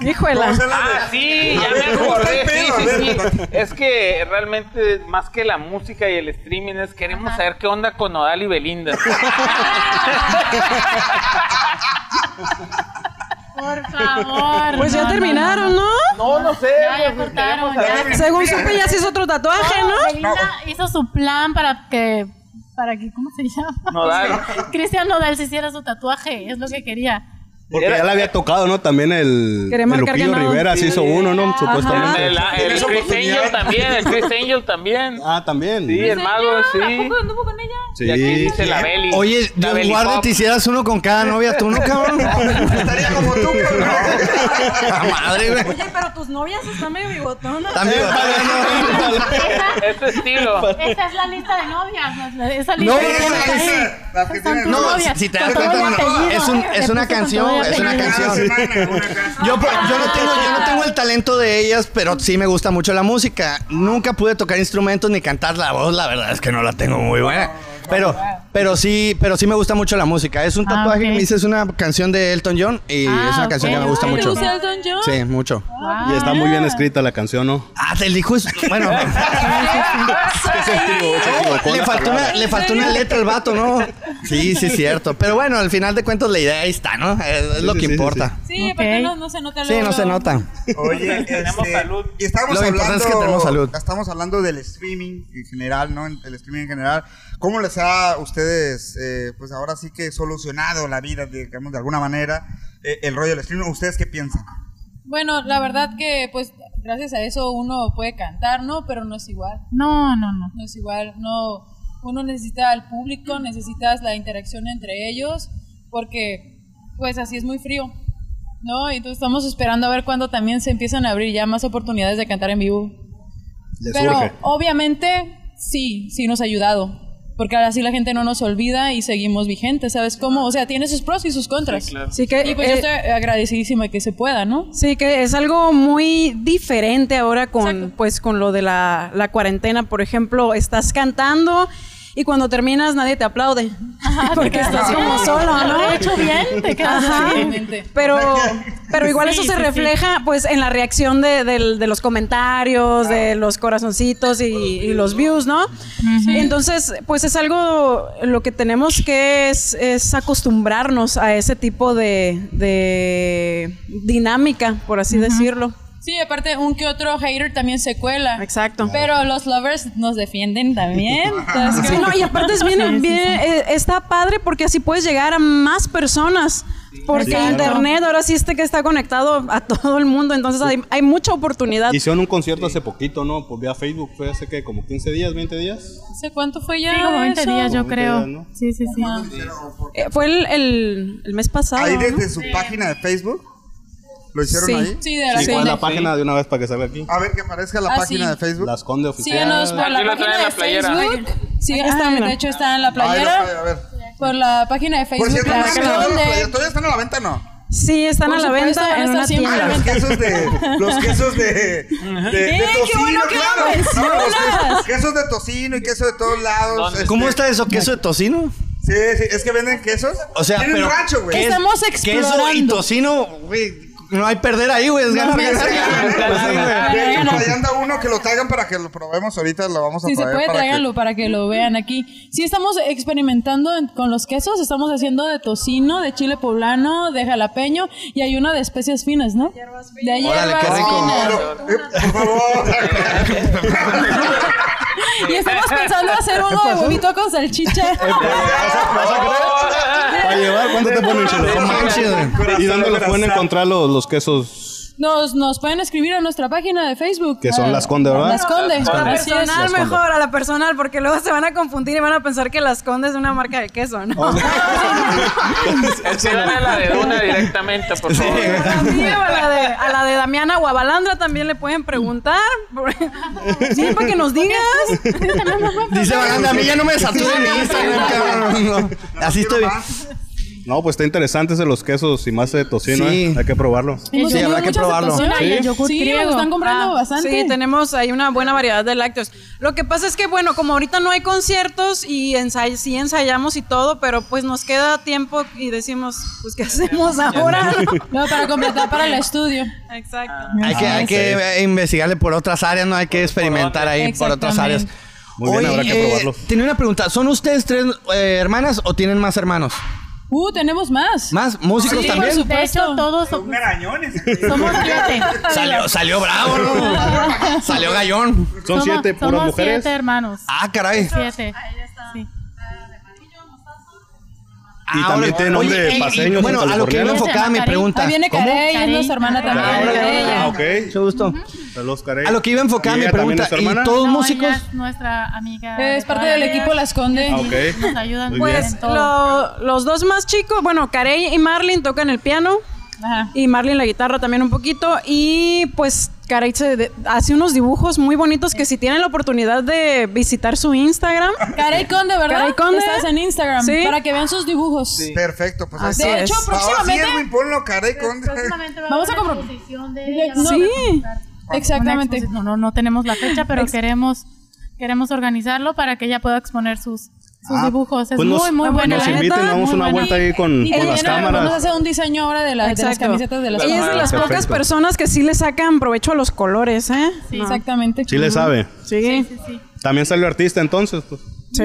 Híjole. ¿Cómo se las Ah, de- sí, ya A me ver, ¿cómo está acordé. el Sí, pedo? sí, A ver, sí. contá- Es que realmente, más que la música y el streaming, es queremos saber qué onda con Nodal y Belinda. Por favor. Pues no, ya no, terminaron, no, no. ¿no? No, no sé. Ya, ya pues, cortaron, queremos ya. saber. Según supe, ya se hizo otro tatuaje, ¿no? Belinda hizo su plan para que, para que, ¿cómo se llama? Nodal. Cristian Nodal se hiciera su tatuaje, es lo que quería. Porque Era- ya le había tocado, ¿no? También el, Quería el marcar Lupillo ganado. Rivera se hizo uno, ¿no? Supuestamente. El, el Tienes Chris oportunidad. Angel también, el Chris Angel también. Ah, también. Sí, el mago, ¿A sí. poco anduvo con ella? Y aquí dice la Sí. Beli. Oye, la Dios Beli guarde, Pop. te hicieras uno con cada novia, tú no, cabrón. Estaría como tú, cabrón. La madre, güey. Oye, pero tus novias están medio bigotonas. También. Es tu estilo. Esa es la lista de novias. la- Esa lista No, de esa novias. lista, ahí. las que Esas son tienen- tus No, novias, si te das con cuenta, todo el no, apellido, es un- ¿eh? es Te una puse con canción, todo el es una apellido. canción. Cada semana, Ah, una casa. Yo, por- yo, no tengo, yo no tengo el talento de ellas, pero sí me gusta mucho la música. Nunca pude tocar instrumentos ni cantar la voz, la verdad es que no la tengo muy buena. Pero, pero sí, pero sí me gusta mucho la música. Es un Ah, tatuaje que ok. me hice, es una canción de Elton John y Ah, es una canción ok. que me gusta Ah, ¿Te mucho. gusta Elton John? Sí, mucho. Wow. Y está muy bien escrita la canción, ¿no? Ah, del hijo es. Bueno. le, faltó una, le faltó una letra al vato, ¿no? Sí, sí, es cierto. Pero bueno, al final de cuentas la idea ahí está, ¿no? Es, es lo sí, que sí, sí, importa. Sí, Ok. aparte no, no se nota. Sí, luego, no se luego. nota. Oye, Tenemos este, salud. Y estamos Lo hablando, importante es que tenemos salud. Estamos hablando del streaming en general, ¿no? El streaming en general. ¿Cómo les ha a ustedes, eh, pues ahora sí que solucionado la vida, digamos, de alguna manera, eh, el rollo del streaming? ¿Ustedes qué piensan? Bueno, la verdad que pues gracias a eso uno puede cantar, ¿no? Pero no es igual. No, no, no. No es igual, no. Uno necesita al público, necesitas la interacción entre ellos, porque pues así es muy frío, ¿no? Y Entonces estamos esperando a ver cuándo también se empiezan a abrir ya más oportunidades de cantar en vivo. Le Pero surge. obviamente sí, sí nos ha ayudado, porque ahora sí la gente no nos olvida y seguimos vigentes, ¿sabes cómo? O sea, tiene sus pros y sus contras. Sí que, Y pues yo eh, estoy agradecidísima que se pueda, ¿no? Sí, que es algo muy diferente ahora con, Exacto. pues, con lo de la, la cuarentena. Por ejemplo, estás cantando y cuando terminas nadie te aplaude. porque estás como solo, ¿no? Lo he hecho bien, te quedas Ajá. así. Obviamente. Pero, pero igual Sí, eso se sí, sí. refleja pues en la reacción de, del- de los comentarios, de los corazoncitos y, y los views, ¿no? Entonces, pues es algo lo que tenemos que es, es acostumbrarnos a ese tipo de, de dinámica, por así decirlo. Sí, aparte un que otro hater también se cuela. Exacto. Pero los lovers nos defienden también. Entonces, Sí, creo- no, y aparte es bien, bien, eh, está padre porque así puedes llegar a más personas. Porque Claro. internet ahora sí este que está conectado a todo el mundo, entonces hay, hay mucha oportunidad. Hicieron un concierto hace poquito, ¿no? Pues vi a Facebook, fue hace que como 15 días, 20 días. ¿Hace cuánto fue ya? Sí, como 20 eso? Ah, días yo Como 20 creo. días, ¿no? Sí, sí, sí. Eh, fue el, el- el mes pasado. Ahí ¿no? desde su página de Facebook, ¿lo hicieron Sí. ahí? Sí, de la Sí, ¿cuál es página. la página de una vez para que salga aquí? A ver, que aparezca la Ah, página sí. de Facebook. Las Conde Oficial. Síguenos por la Aquí lo traen página en la de playera. Facebook. Sí, Ah, está, mira. de hecho está en la Ahí la- a playera. ver. Por la página de Facebook. Por cierto, la no, Conde. no, no, todavía están a la venta, ¿no? Sí, están Por a la supuesto, venta van a en estar una siempre a tienda. la Ah, los quesos de. Los quesos de. de, de Eh, qué tocino, bueno que lo claro. No, los mencionas. quesos, quesos de tocino y queso de todos lados. ¿Dónde? este, ¿Cómo está eso? ¿Queso de tocino? Sí, sí, es que venden quesos. O sea, Tienen pero- rancho, güey. ¿qué es- Estamos Queso y explorando. tocino, güey. No hay perder ahí, güey. Es ganar, ganar, ganar. De hecho, por ahí anda uno que lo traigan para que lo probemos ahorita, lo vamos a Si se traer puede, para que- tráiganlo para que lo vean aquí. Sí, estamos experimentando en- con los quesos. Estamos haciendo de tocino, de chile poblano, de jalapeño y hay uno de especias finas, ¿no? De Órale, qué hierbas rico. finas. No, no, eh, por favor. Y estamos pensando hacer uno de huevito con salchicha. Para llevar, pues. ¿cuánto te ponen, Chelo? No manches, güey. ¿Y dónde los pueden encontrar los, los quesos Nos, nos pueden escribir a nuestra página de Facebook. que son Ah, las Conde, verdad? Las Conde. Las A la Conde. Así es. personal Las condes. mejor, a la personal, porque luego se van a confundir y van a pensar que las condes es una marca de queso, ¿no? Dale la de una directamente, por favor. A mí o a la de, a la de Damiana o a Balandra también le pueden preguntar. Sí, para que nos digas. Dice Balanda, a mí ya no me saturen mi Instagram, cabrón. No, Así estoy bien. No, pues está interesante ese de los quesos y más de tocino, Sí. ¿eh? Hay que probarlo. Hemos Sí, tenido habrá que muchas probarlo. situaciones. Sí. El yogur Sí, griego. lo están comprando Ah, bastante. Sí, tenemos ahí una buena variedad de lácteos. Lo que pasa es que, bueno, como ahorita no hay conciertos y ensay sí ensayamos y todo, pero pues nos queda tiempo y decimos, pues, ¿qué hacemos ahora? no? No, para completar para el estudio. Exacto. Hay que, Ah, hay que eh, investigarle por otras áreas, no hay que experimentar ahí por otras áreas. Exactamente. Muy bien, habrá que eh, probarlo. tenía una pregunta. ¿Son ustedes tres eh, hermanas o tienen más hermanos? Uh, tenemos más. ¿Más? ¿Músicos Sí, también? por De hecho, supuesto. todos so- Un arañones. somos siete. Salió, salió bravo, ¿no? salió gallón. Son Somos- siete puras somos mujeres. siete hermanos. Ah, caray. Siete. Sí. Y también tiene nombre Ah, oye, y- y- paseño, Bueno, a lo que santacaliforniano. no enfocaba mi Ahí pregunta. Ahí viene ¿Cómo? Carey, es Carey. nuestra hermana también. Ah, órale, órale. Carey. Ah, ok. Mucho gusto. Saludos, Carey. A lo que iba enfocada mi ¿Ella también pregunta. es tu ¿Y hermana? todos No, músicos? ella es nuestra amiga. Es parte toda del la equipo vida. Las Conde. Ah, ok. Nos ayudan Muy pues, bien. en Pues todo. lo- los dos más chicos, bueno, Carey y Marlin tocan el piano Ajá. y Marlin la guitarra también un poquito y pues Carey se de- hace unos dibujos muy bonitos que si tienen la oportunidad de visitar su Instagram, Carey Conde, ¿verdad? Carey Conde. Estás en Instagram Sí. para que vean sus dibujos. Perfecto, pues ahí Así está. De hecho, es. Ahora sí, próximamente. Edwin, ponlo caray con. Próximamente va Vamos a haber una compro- exposición de No, ella, vamos a sí. presentar una Exactamente. exposición. No, no, no tenemos la fecha, pero queremos queremos organizarlo para que ella pueda exponer sus sus Ah, dibujos. Es Pues muy muy buena. Nos la inviten, neta, damos muy una buena. vuelta ahí con, Y con ella las nos cámaras. hace un diseño ahora de, la- de las Exacto. camisetas de las Ella es de las Perfecto. pocas personas que sí le sacan provecho a los colores, ¿eh? Sí, No. Exactamente. Sí le sabe. Sí, Sí, sí. También salió artista entonces. pues. sí.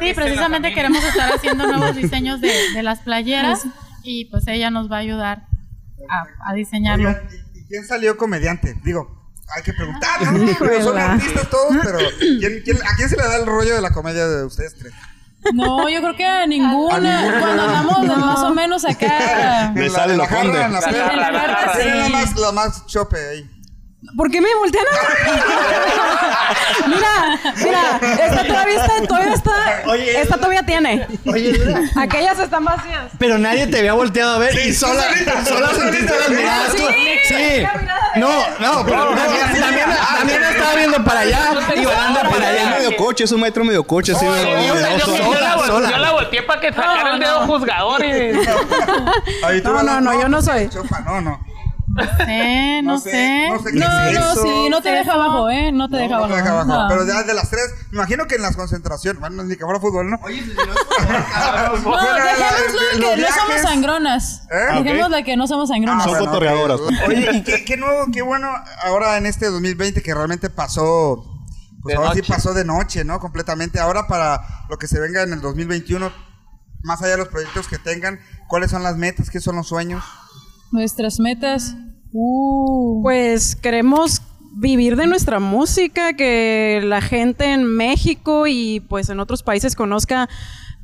Sí, precisamente queremos estar haciendo nuevos diseños de, de las playeras y pues ella nos va a ayudar a, a diseñarlo. Oigan, ¿y- y ¿Quién salió comediante? Digo, hay que preguntar, ¿no? Digo, son Híjola. artistas todos, pero ¿quién- quién- ¿a quién se le da el rollo de la comedia de ustedes tres? No, yo creo que a ninguna. Cuando andamos de más o menos acá. Me En la- sale en la lo conde. jarra, en la La perra. jarra, la jarra, ¿Quién es la sí. más, la más chope ahí? ¿Por qué me voltean a ver? Mira, mira, esta todavía está, todavía está, esta todavía tiene. Aquellas están vacías. Pero nadie te había volteado a ver y sola, sola sentiste las Ah, miradas. Sí, tú. sí. la mirada de- No, no, pero también, también, también estaba viendo para allá y volando para Es allá. medio coche, es un metro medio coche. así, Oye, medio- oye, medio salió oso. bien. yo, la, sola, vol- sola. yo la volteé para que sacara el dedo juzgadores. Ahí tú No, vas, no, no, yo no soy. Chopa, no, no. No sé, no, sé. No sé qué eh, No, es no, eso. sí, no te deja abajo, ¿eh? No te deja No, abajo. no deja abajo. No. Pero ya de las tres, me imagino que en las concentraciones, bueno, ni que fuera fútbol, ¿no? Oye, No, dejémoslo de que no somos sangronas. ¿Eh? Ah, ok. Dejémoslo de que no somos Ah, sangronas. Son bueno, cotorreadoras, ok. pues. Oye, y qué, qué nuevo, qué bueno ahora en este 2020 que realmente pasó. Pues De ahora sí noche. pasó de noche, ¿no? Completamente. Ahora para lo que se venga en el 2021, más allá de los proyectos que tengan, ¿cuáles son las metas? ¿Qué son los sueños? Nuestras metas. Uh. Pues queremos vivir de nuestra música, que la gente en México y pues en otros países conozca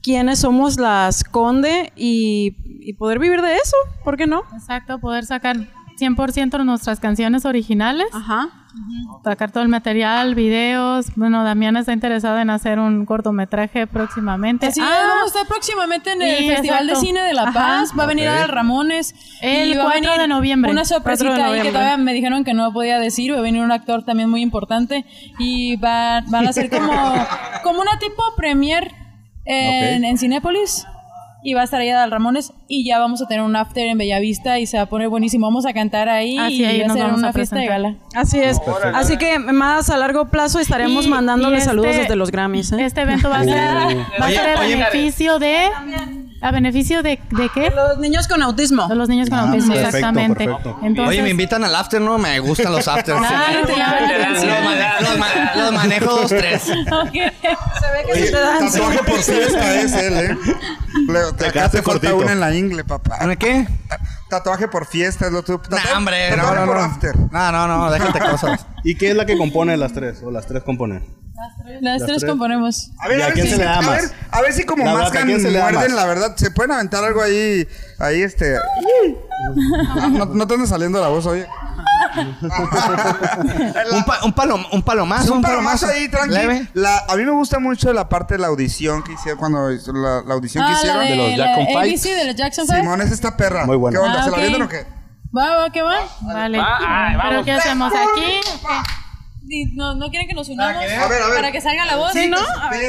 quiénes somos las Conde y, y poder vivir de eso, ¿por qué no? Exacto, poder sacar 100% de nuestras canciones originales, Ajá. sacar todo el material, videos. Bueno, Damiana está interesada en hacer un cortometraje próximamente. Así es, Ah, vamos a estar próximamente en el Sí, Festival exacto. de Cine de La Ajá. Paz. Va a venir Al Ramones. El y va a 4 venir de noviembre. Una 4 de sorpresita ahí que noviembre. todavía me dijeron que no podía decir. Va a venir un actor también muy importante. Y va- van a ser como, como una tipo premier en, en Cinépolis. Y va a estar ahí Al Ramones. Y ya vamos a tener un after en Bellavista. Y se va a poner buenísimo. Vamos a cantar ahí. Ah, sí, y ahí va a nos ser vamos una a fiesta de presentar. gala. Así es. Así que más a largo plazo estaremos y- mandándole y este- saludos desde los Grammys. ¿eh? Este evento va a ser, va a Oye, ser a oye, beneficio de... ¿A beneficio de, de qué? Los niños con autismo. De los niños Ah, con autismo, perfecto, exactamente. perfecto. Entonces, Oye, me invitan al after, ¿no? Me gustan los afters. Claro, Te llama claro. la Los, mane- los ma- los manejo dos, tres. Se ve que Oye, sí te dan. tatuaje por fiesta es él, ¿eh? Le- Te acá te quedaste falta cortito. uno en la ingle, papá. ¿Qué? Tatuaje por fiesta es lo tuyo. No, Tatuaje- hombre. No, tatuaje no, por no. after. No, no, no, déjate cosas. ¿Y qué es la que compone las tres? ¿O las tres componen? Las Las tres, tres. componemos. A ver, ¿Y a, a ver quién si, se le da a más? ver, a ver si como La verdad, mascan ¿a quién se le da muerden, más? la verdad. Se pueden aventar algo ahí, ahí este. Ah, No, no te anda saliendo la voz, oye. Un, pa- un, palom- un palomazo, un palomazo ahí, tranqui. Leve. La- a mí me gusta mucho la parte de la audición que hicieron, cuando hizo la, la audición que hicieron. la de los la Jackson Eh, Five. ABC de los Jackson Five. Simón es esta perra. Muy buena. ¿Qué onda? Ah, ¿Se la ok. vieron o qué? Va, va, que va. Vale. Va, ah, ¿Pero vamos. qué hacemos aquí? ni- no, no quieren que nos unamos vean. A ver, a ver. para que salga la voz. Sí, ¿no?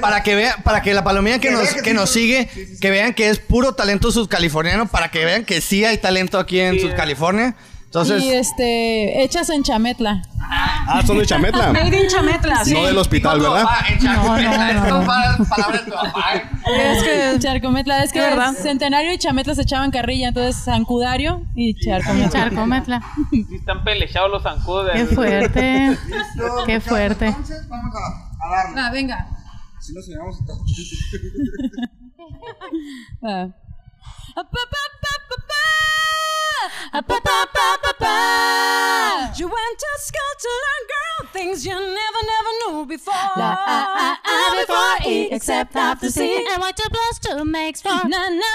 Para que vean, para que la palomilla que Que nos, vean que que sí nos son- sigue, que vean que es puro talento subcaliforniano, para que vean que sí hay talento aquí en Sí, eh. Subcalifornia. Entonces, y este, hechas en chametla. Ah, son de Chametla. Made in Chametla, sí. No del hospital, ¿verdad? Ah, No, no, no. palabras de tu papá. Es que charcometla, es que Es verdad. Centenario y Chametla se echaban carrilla, entonces Sancudario y charcometla. Charcometla. Sí están pelechados los zancudos. de- Qué fuerte. Qué fuerte. Entonces, vamos a, a darle. Ah, venga. Si no, se llamamos Ah. Ah, pa, pa, pa, pa, pa. Ah, pa, pa, pa, pa, pa. You went to school to learn, girl, things you never, never knew before. La A, A, A before E, except after C. Na, And what two plus two makes four. na, na,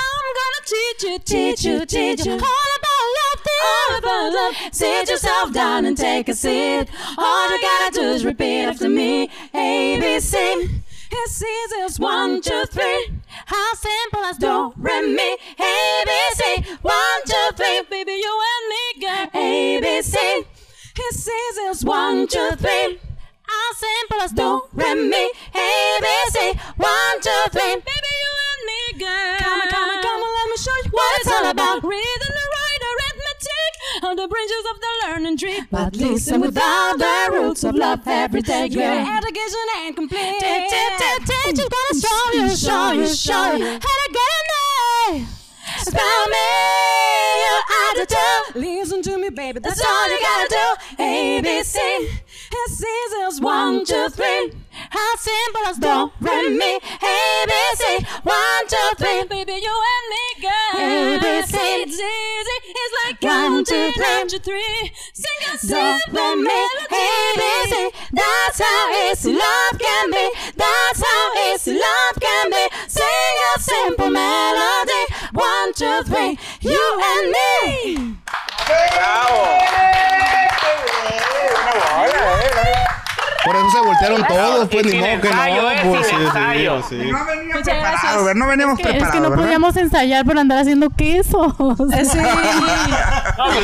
I'm gonna teach you, Teach you, teach you. All about love, things. All about love. Sit yourself down and take a seat. All you gotta do is repeat after me. A, B, C. It's easy as one, two, three. How simple as Do, do, re, mi, A, B, C. One, two, three. Baby, you and me, girl. A, B, C. It's easy as one, two, three. How simple as do, re, mi. A, B, C. One, two, three. Baby, you and me, girl. Come on, come on, come on, let me show you What it's all about. Reading and right arithmetic on the branches of the learning tree. But listen without the roots of love every day, Your yeah. education ain't complete. Teach, teach, teach, teach, you gotta show you, show you, show you how to get an A. Spell me, you are the two. Listen to me, baby. That's, That's all you gotta do. A, A, B, B, C. C. It's easy as One, two, three. How simple as do, re, mi, A, B, C. One, two, three. Baby, you and me, girl. A, B, C. It's easy. It's like One, two, counting three. up to three. Sing a Do, re, simple mi, A, B, C. melody. That's how easy love can be. That's how easy love can be. Sing a simple melody. One, two, three. You and me. Por eso se voltearon todos, Y pues ni sin modo que ensayo, eh, no. Pues, sin ensayo. sí, sí. No veníamos Muchas gracias. preparados, ¿verdad? No veníamos Que- es preparados, que no ¿verdad? podíamos ensayar por andar haciendo quesos. No, pues,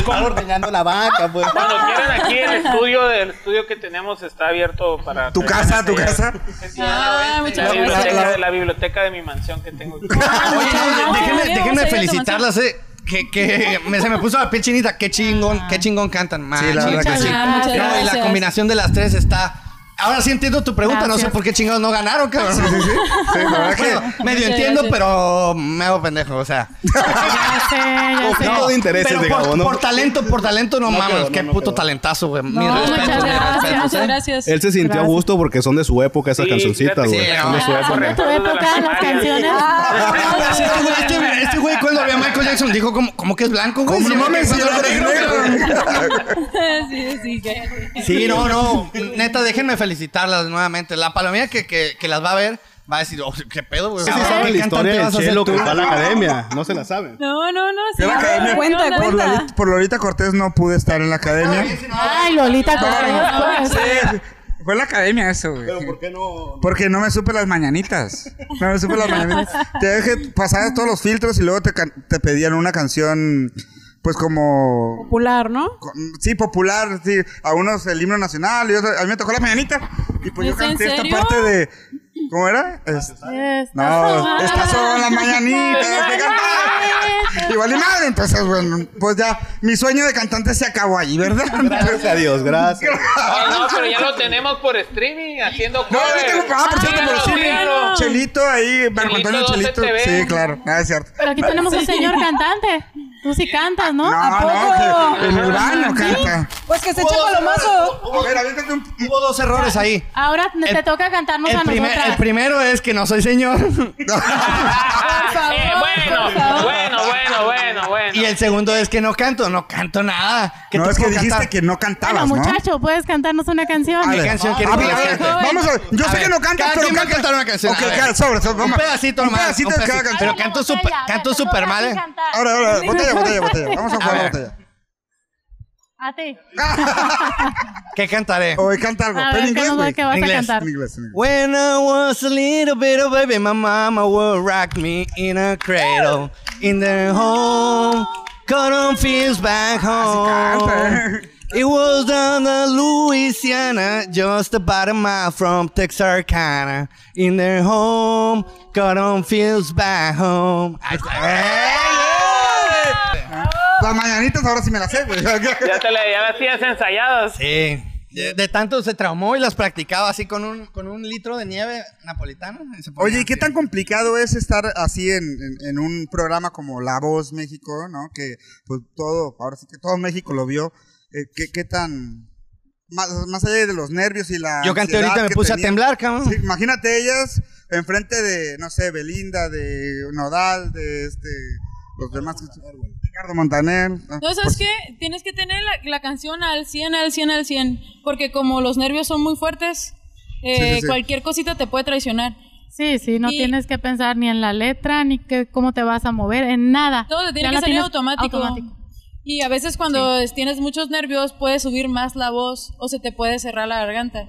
Están como- ordeñando la vaca, pues. Cuando quieran aquí el estudio del estudio que tenemos está abierto para Tu casa, tu casa. Es la- Ah, la, muchas biblioteca, gracias. de la biblioteca de mi mansión que tengo. aquí. Oye, Ah, déjenme, ok, déjenme vamos a ir a tu felicitarlas, eh. Que, que me- se me puso la piel chinita. Qué chingón, qué chingón cantan, man. Sí, la verdad que sí. Ah. Muchas No, y gracias. la combinación de las tres está. Ahora sí entiendo tu pregunta, no sé Gracias. por qué chingados no ganaron, cabrón. Sí, la verdad que. Bueno, medio Muchas entiendo, gracias. pero me hago pendejo, o sea. Ya sé, ya sé. Conflicto de intereses, Pero digamos, por, ¿no? por talento, por talento, no, No mames, quedó, no, qué no puto quedó. talento, güey. Mi No, respeto, muchas mi gracias. respeto, Muchas ¿eh? gracias. Él se sintió a gusto porque son de su época esas Sí, cancioncitas, fíjate güey. que- Son de su Ah, Son de época. tu época las canciones. Sí, este güey, este güey- este güey cuando vio a Michael Jackson dijo como, como que es blanco, güey. Como Sí, no mames, si cuando yo lo era negro, creo cabrón. sí, sí, que- Sí, no, no. Neta, déjenme felicitarlas nuevamente. La palomilla que, que, que las va a ver va a decir, oh, qué pedo, güey. Sí, sí, ¿Qué saben la cantante historia vas a del ser chelo que tú? está en la academia. No se la saben. No, no, no. sí, Yo la no, academia- no, Cuenta, no, Por cuenta. Lolita, por Lolita Cortés no pude estar en la academia. Ay, Lolita, Ah, Cortés, sí. pues. Fue en la academia eso, güey. ¿Por qué no? Porque no me supe las mañanitas. No me supe las mañanitas. Te dejé pasar todos los filtros y luego te, can- te pedían una canción, pues como. Popular, ¿no? con- Sí, popular, sí, a unos el himno nacional y otros, a mí me tocó la mañanita y pues yo ¿Es en canté esta serio? parte de ¿cómo era? Es- no, Estás estas sola. son las mañanitas de cantar. Igual y madre, entonces bueno, pues ya mi sueño de cantante se acabó ahí, ¿verdad? Gracias a Dios, gracias. Ah, no, pero ya lo tenemos por streaming haciendo No, yo tengo ah, por cierto, por sí, Síganlo. Chelito ahí, Marco Antonio 12 Chelito. TV. Sí, claro, ah, es cierto. Pero aquí tenemos un señor cantante. Tú sí cantas, ¿no? No, no, que en el baño canta. Pues que se echa palomazo. A ver, aviéntate un Hubo dos errores ahí. Ahora te El- toca cantarnos El, a primer- el nosotras. primero es que no soy señor. Ah, eh, por favor. bueno, bueno, bueno, bueno, bueno. y el segundo es que no canto. No canto nada. ¿Qué No, te es que puedo dijiste cantar? que no cantabas, Bueno, ¿no? muchacho, ¿puedes cantarnos una canción? A ver. canción A quieres ver, que a ver, cante? Vamos a ver. Yo sé ver, que no cantas, cada pero quien va a canta. cantar una canción, Ok, a ver. cada- sobre, sobre, Un vamos. pedacito Un nomás, pedacito un de cada pedacito. canción. Pero canto súper- canto súper mal, ¿eh? Ahora, ahora, botella, botella, botella. Vamos a jugar A la ver. botella. A ti. ¿qué cantaré? Hoy canta algo, A pero en ver, ¿qué inglés, nos va- güey. qué vas a Inglés. cantar? En inglés, en inglés. When I was a little bit of baby, my mama would rock me in a cradle in the home. Cotton fields back Canta, home. ¿eh? It was down in Louisiana, just about a mile from Texarkana. In their home, cotton fields back home. Ahí está. Las mañanitas ahora sí me las sé, güey. Ya te la, ya las tienes ensayadas. Sí. Eh, De, de tanto se traumó y las practicaba así con un, con un litro de nieve napolitana. y se ponía Oye, ¿y qué así. tan complicado es estar así en, en- en un programa como La Voz México, ¿no? Que pues todo, ahora sí que todo México lo vio. Eh, ¿qué, qué tan... Más, más allá de los nervios y la... Yo canté ansiedad ahorita, me que puse a tenía. temblar, cabrón. Sí, imagínate ellas enfrente de, no sé, Belinda, de Nodal, de este... Los demás... que- Ricardo Montaner. ah, ¿no? No, ¿sabes qué? Tienes que tener la, la canción al 100, al 100, al 100. Porque como los nervios son muy fuertes, eh, Sí, sí, sí. cualquier cosita te puede traicionar. Sí, sí, no Y- tienes que pensar ni en la letra, ni que, cómo te vas a mover, en nada. Todo te tiene Ya que la salir tienes automático. automático. Y a veces cuando tienes muchos nervios puedes subir más la voz o se te puede cerrar la garganta.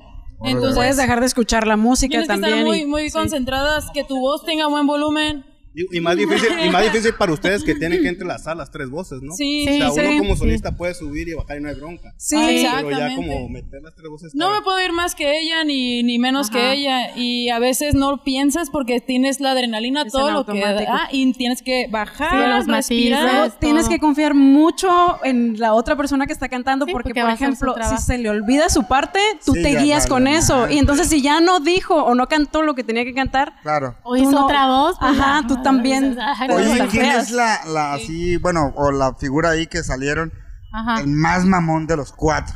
Entonces Puedes dejar de escuchar la música tienes que estar también. muy, y- muy sí. concentradas, que tu voz tenga buen volumen. Y, y más difícil, y más difícil para ustedes que tienen que entrelazar las tres voces, ¿no? Sí, O sea, Sí, uno sí, como sí. solista puede subir y bajar y no hay bronca. Sí, Ah, exacto. Pero ya Exactamente. como meter las tres voces. No me está- puedo ir más que ella ni, ni menos que ella. Y a veces no piensas porque tienes la adrenalina, Es todo en lo que automático. da. Y tienes que bajar, los matices. respirar. Luego todo. tienes que confiar mucho en la otra persona que está cantando Sí, porque, porque por va a hacer su ejemplo, si trabajo. se le olvida su parte, tú Sí, te ya guías vale, con eso. ajá. Y entonces si ya no dijo o no cantó lo que tenía que cantar, Claro. O Tú hizo no- otra voz. pues, Ajá, ya. tú también. Ajá, Pero Oye, están ¿y ¿quién feas. es la, la así, bueno, o la figura ahí que salieron? Ajá. El más mamón de los cuatro.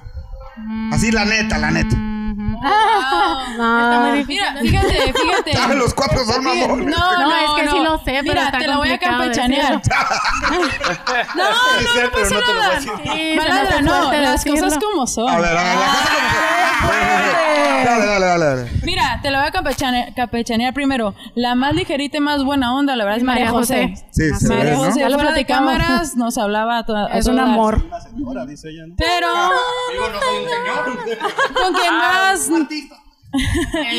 Así, la neta, la neta. Está muy difícil. Mira, fíjate, fíjate. Ah, los cuatro son No, mamones. no, No, es que sí lo sé, pero Mira, está te la voy a complicado campechanear. no, no, Sí sé, no pero pasa no te lo voy a nada. decir. Sí, se me hace Malandra, no, fuerte las decirlo. cosas como son. A ver, a ver, la cosa como se- Dale, dale, dale, dale. Mira, te la voy a campechane- campechanear primero. La más ligerita y más buena onda, la verdad, es María José. Sí, se ve, María ¿no? José, Ya lo fuera de platicamos. cámaras, nos hablaba a toda- a Es un toda- amor. Una señora, dice ella, ¿no? Pero con quien más Ok,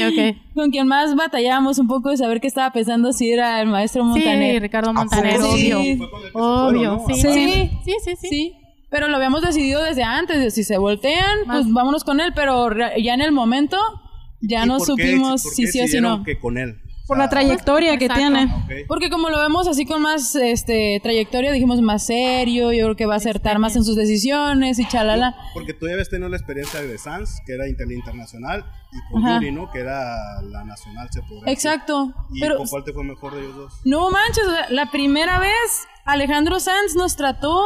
ok. con quien más batallábamos un poco de saber qué estaba pensando si era el maestro Sí, Montaner. Ricardo Montaner, Montaner, Ah, pues sí? obvio. Fue con el que se fueron, Obvio, ¿no? sí. Sí. Sí, sí, sí. Sí, pero lo habíamos decidido desde antes, de si se voltean, pues vámonos con él, pero re- ya en el momento ya ¿Y no por qué- supimos por si qué sí o si decidieron no. que con él. Por la trayectoria que Ah, pues, Exacto. tiene. Ok. Porque como lo vemos así con más este trayectoria, dijimos más serio, yo creo que va a acertar más en sus decisiones y chalala. Porque tú debes tener la experiencia de Sans, que era inter- internacional, y con Ajá. Yuri, ¿no? Que era la nacional, se podría decir. Exacto. ¿Y Pero con cuál te fue mejor de ellos dos? no manches, o sea, la primera vez Alejandro Sanz nos trató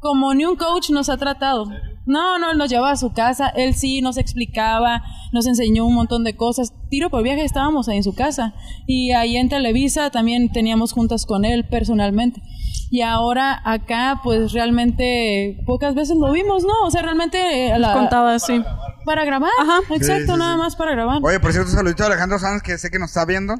como ni un coach nos ha tratado. No, no, él nos llevaba a su casa, él sí nos explicaba, nos enseñó un montón de cosas. Tiro por viaje estábamos ahí en su casa y ahí en Televisa también teníamos juntas con él personalmente. Y ahora acá pues realmente pocas veces lo vimos, ¿no? O sea, realmente eh, la- Contada así. para grabar. Ajá. Exacto, Sí, sí, nada sí. más para grabar. Oye, por cierto, un saludito a Alejandro Sanz, que sé que nos está viendo.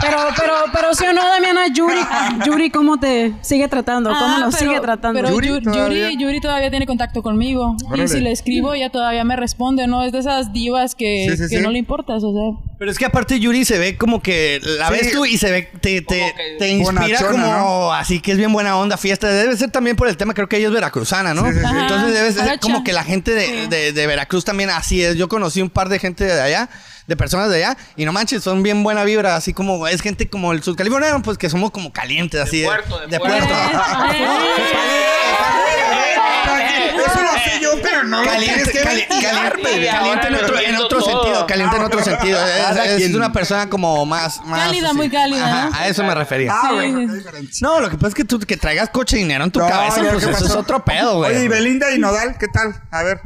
Pero, pero, pero sí o no, Damiana, Yuri, Yuri, ¿cómo te sigue tratando? ¿Cómo Ah, lo pero- sigue tratando? Pero ¿Yuri Yuri, Yuri- Yuri todavía? todavía? tiene contacto conmigo. Órale. Y si le escribo, ella todavía me responde, ¿no? Es de esas divas que, Sí, sí, que sí. no le importas, o sea. Pero es que aparte Yuri se ve como que la Sí. ves tú y se ve, te, te, Como que te inspira bonachona, como así que es bien buena onda, fiesta. Debe ser también por el tema, creo que ella es veracruzana, ¿no? Sí, sí, sí. Ajá, Entonces debe ser jarocha. como que la gente de, de- de Veracruz también así es. Yo conocí un par de gente de allá, de personas de allá, y no manches, son bien buena vibra, así como es gente como el sudcaliforniano, pues que somos como calientes, así de puerto, de de puerto. ¿eh? Eso lo sé yo, pero no lo tienes Caliente, que cali- ventilar, caliente, güey. caliente en ahora otro, en entiendo otro todo. sentido, caliente en otro sentido. Es, es una persona como más, más Cálida, muy cálida, Ajá, ¿no? A eso me refería. Ah, güey, Sí. qué diferencia. No, lo que pasa es que tú que traigas coche y dinero en tu No, cabeza, ya, pues ¿qué eso es pasó? otro pedo, Oye, y güey. Belinda y Nodal, ¿qué tal? A ver,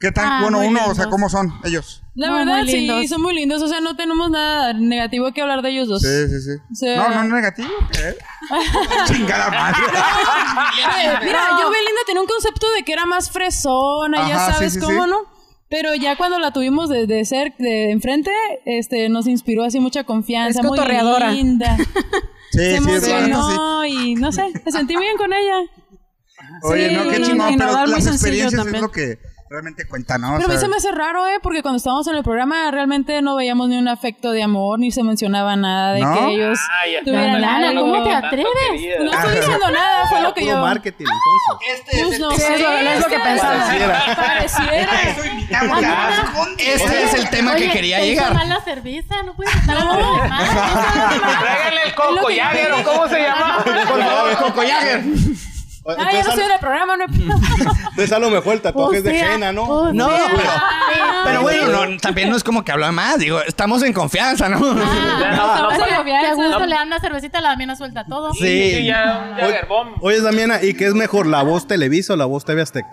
¿qué tal? Ah, bueno, muy uno, o sea, lindos. ¿cómo son ellos? La Muy, verdad, muy sí, lindos. son muy lindos. O sea, no tenemos nada negativo que hablar de ellos dos. Sí, sí, sí. Sí. No, no, no negativo. ¿eh? Chingada madre. Oye, Eh, Mira, yo Belinda tenía un concepto de que era más fresona, Ajá, ya sabes sí, sí, cómo, sí. ¿no? Pero ya cuando la tuvimos de, de ser de enfrente, este, nos inspiró así mucha confianza, Es muy cotorreadora. linda. Sí, Se sí, es verdad, sí. emocionó y no sé, me sentí bien con ella. Oye, Sí, no, qué y- chingón, y pero Nodal muy las sencillo experiencias es también. lo que realmente cuenta, ¿no? O Pero a mí sea, se me hace raro, ¿eh? Porque cuando estábamos en el programa realmente no veíamos ni un afecto de amor, ni se mencionaba nada de ¿No? que ellos Ay, tuvieran Ana, algo. ¿cómo te Tanto atreves? querías. No estoy diciendo nada, fue lo que Puro yo... marketing, entonces. Este Pues no, el sí, tema. es lo- es lo que pensaba. Pareciera. Pareciera. Ah, Invitamos a- Este es el tema Oye, que quería te hizo llegar. mal la cerveza, no puedes estar hablando de más. Tráiganle el coco, ya vieron cómo se Ah, llama. Por favor, Coco Jagger. O- Ah, ya Entonces, no Oh, estoy en al- el programa, no entonces, a lo mejor el tatuaje es de ah, Jena, ¿no? No, pero, pero pero bueno, no, también no es como que habló más. Digo, estamos en confianza, ¿no? Ya no, no, Qué pero- Ah, a gusto, No. le dan una cervecita, la mía suelta todo. Sí, sí, ya un Oye, Jagerbomb. oye, Damiana, ¿y qué es mejor, la voz Televisa o la voz TV Azteca?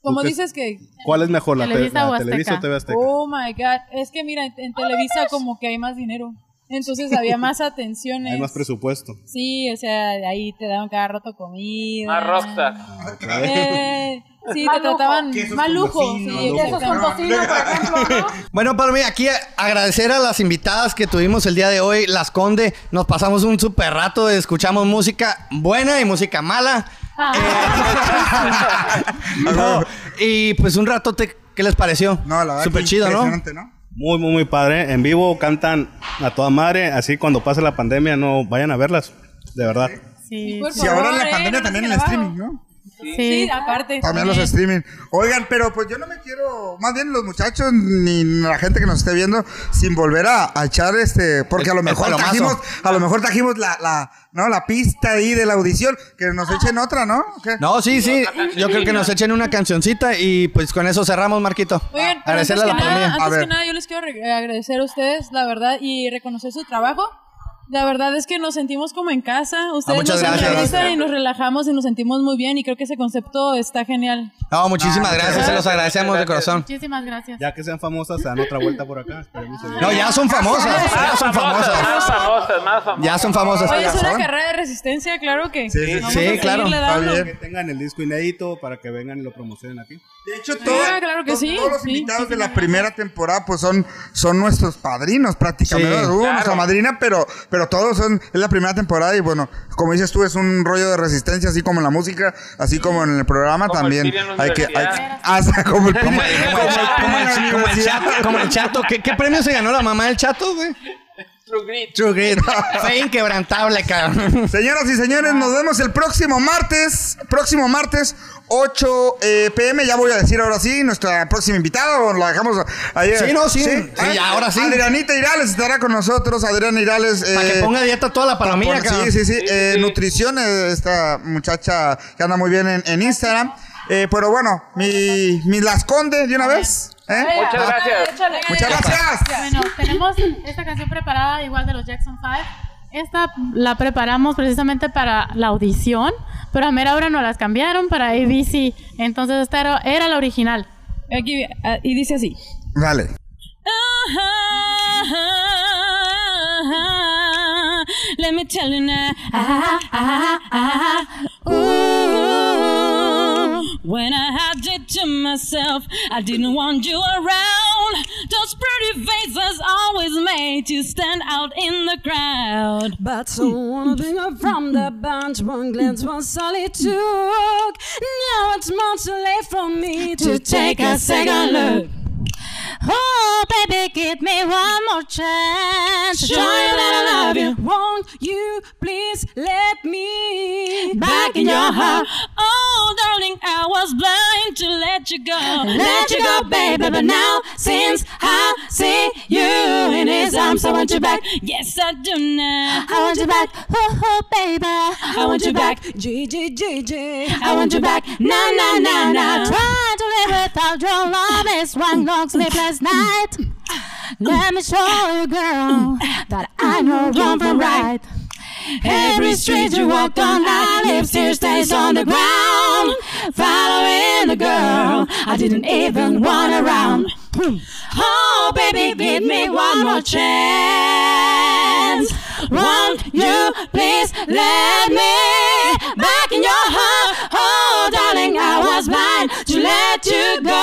Como ¿Tú qué- dices que... ¿Cuál es mejor, la, te- Televisa la o Azteca? Televisa o TV Azteca? Oh, my God. Es que mira, en, en Televisa como que hay más dinero. Entonces había más atenciones. Hay más presupuesto. Sí, o sea, de ahí te daban cada rato comida. Más rockstar. Eh, sí, te Más lujo. trataban Quesos más con lujo. tocino, Sí, lujo. Quesos exactamente. con tocino, por ejemplo, ¿no? Bueno, para mí, aquí a- agradecer a las invitadas que tuvimos el día de hoy, Las Conde. Nos pasamos un super rato, escuchamos música buena y música mala. Eh, No, y pues un rato, ¿qué les pareció? No, la verdad. Súper que chido, ¿no? impresionante, ¿no? Muy, muy, muy padre. En vivo cantan a toda madre. Así cuando pase la pandemia, no vayan a verlas. De verdad. Sí, Por Si ahora en favor, la eh, pandemia no también se el la bajo. streaming, ¿no? Sí, sí. aparte. También los streaming. Oigan, pero pues yo no me quiero, más bien los muchachos ni la gente que nos esté viendo, sin volver a, a echar este, porque a lo El- el mejor palomazo. trajimos, a lo mejor trajimos la, la, no, la pista ahí de la audición, que nos echen otra, ¿no? ¿Qué? No, sí, sí. Yo creo que nos echen una cancioncita y pues con eso cerramos, Marquito. Oigan, pero antes, Agradecerle a que la nada, pandemia. A antes que ver. nada, yo les quiero re- agradecer a ustedes, la verdad, y reconocer su trabajo. La verdad es que nos sentimos como en casa. Ustedes Ah, muchas nos gracias. entrevistan y nos relajamos y nos sentimos muy bien. Y creo que ese concepto está genial. No, muchísimas Ah, gracias, se los agradecemos de corazón. Muchísimas gracias. Ya que sean famosas, se dan otra vuelta por acá. Esperemos que- No, ya son famosas, ya Más son famosas. Más famosas, más famosas. Ya son famosas. Oye, es una razón. carrera de resistencia, claro que. Sí, sí, Vamos sí, a seguirle claro. Está dando. bien. Que tengan el disco inédito para que vengan y lo promocionen aquí. De hecho, todo- Ah, claro que to- sí, todos los sí, invitados sí, de sí, la sí. primera temporada pues son, son nuestros padrinos prácticamente. Sí, Uno madrina, pero, pero todos son, es la primera temporada y bueno, como dices tú, es un rollo de resistencia, así como en la música, así como en el programa Como el también. Piri en la hay que, hay, universidad. hasta como el Como Piri- el, como el- como el- como el chato, como el chato. ¿Qué, qué premio se ganó la mamá del chato, güey? True Grit. True Grit. Fe inquebrantable, cabrón. Señoras y señores, nos vemos el próximo martes, próximo martes, 8 eh, pm, ya voy a decir ahora sí, nuestra próxima invitada, o la dejamos ayer. Ah, Sí, no, sí, sí, ahora sí. Adrianita Irales estará con nosotros, Adriana Irales. Para que eh, ponga dieta toda la palomilla, Por- cabrón. sí, sí, sí. Eh, sí. Nutrición, eh, esta muchacha que anda muy bien en, en Instagram. Eh, pero bueno, mi, mi las conde de una vez. ¿eh? Muchas Ah, gracias. Échale. Muchas gracias. Bueno, tenemos esta canción preparada igual de los Jackson 5. Esta la preparamos precisamente para la audición, pero a mera hora nos las cambiaron para ABC. Entonces esta era, era la original. Aquí, ah, y dice así. Vale. Uh-huh. Let me tell you now. When I had it to myself, I didn't want you around. Those pretty faces always made you stand out in the crowd. But so one finger from the bunch, one glance, one solid took. Now it's much too late for me to take a second look. Oh, baby, give me one more chance. Show me that I love you. Won't you please let me back in your heart? Oh, darling, I was blind to let you go. Let you go, baby, but now since I see you in his arms, I want you back. Yes, I do now. I want you back, oh, oh baby. I want you back, G G G G. I want you back, na na na na. Try to live without your love is one long sleepless night. Let me show you, girl, that I know wrong from right. Every street you walk on, I live tears stays on the ground. Following the girl, I didn't even want around. Oh, baby, give me one more chance. Won't you please let me back in your heart? Oh, darling, I was blind to let you go.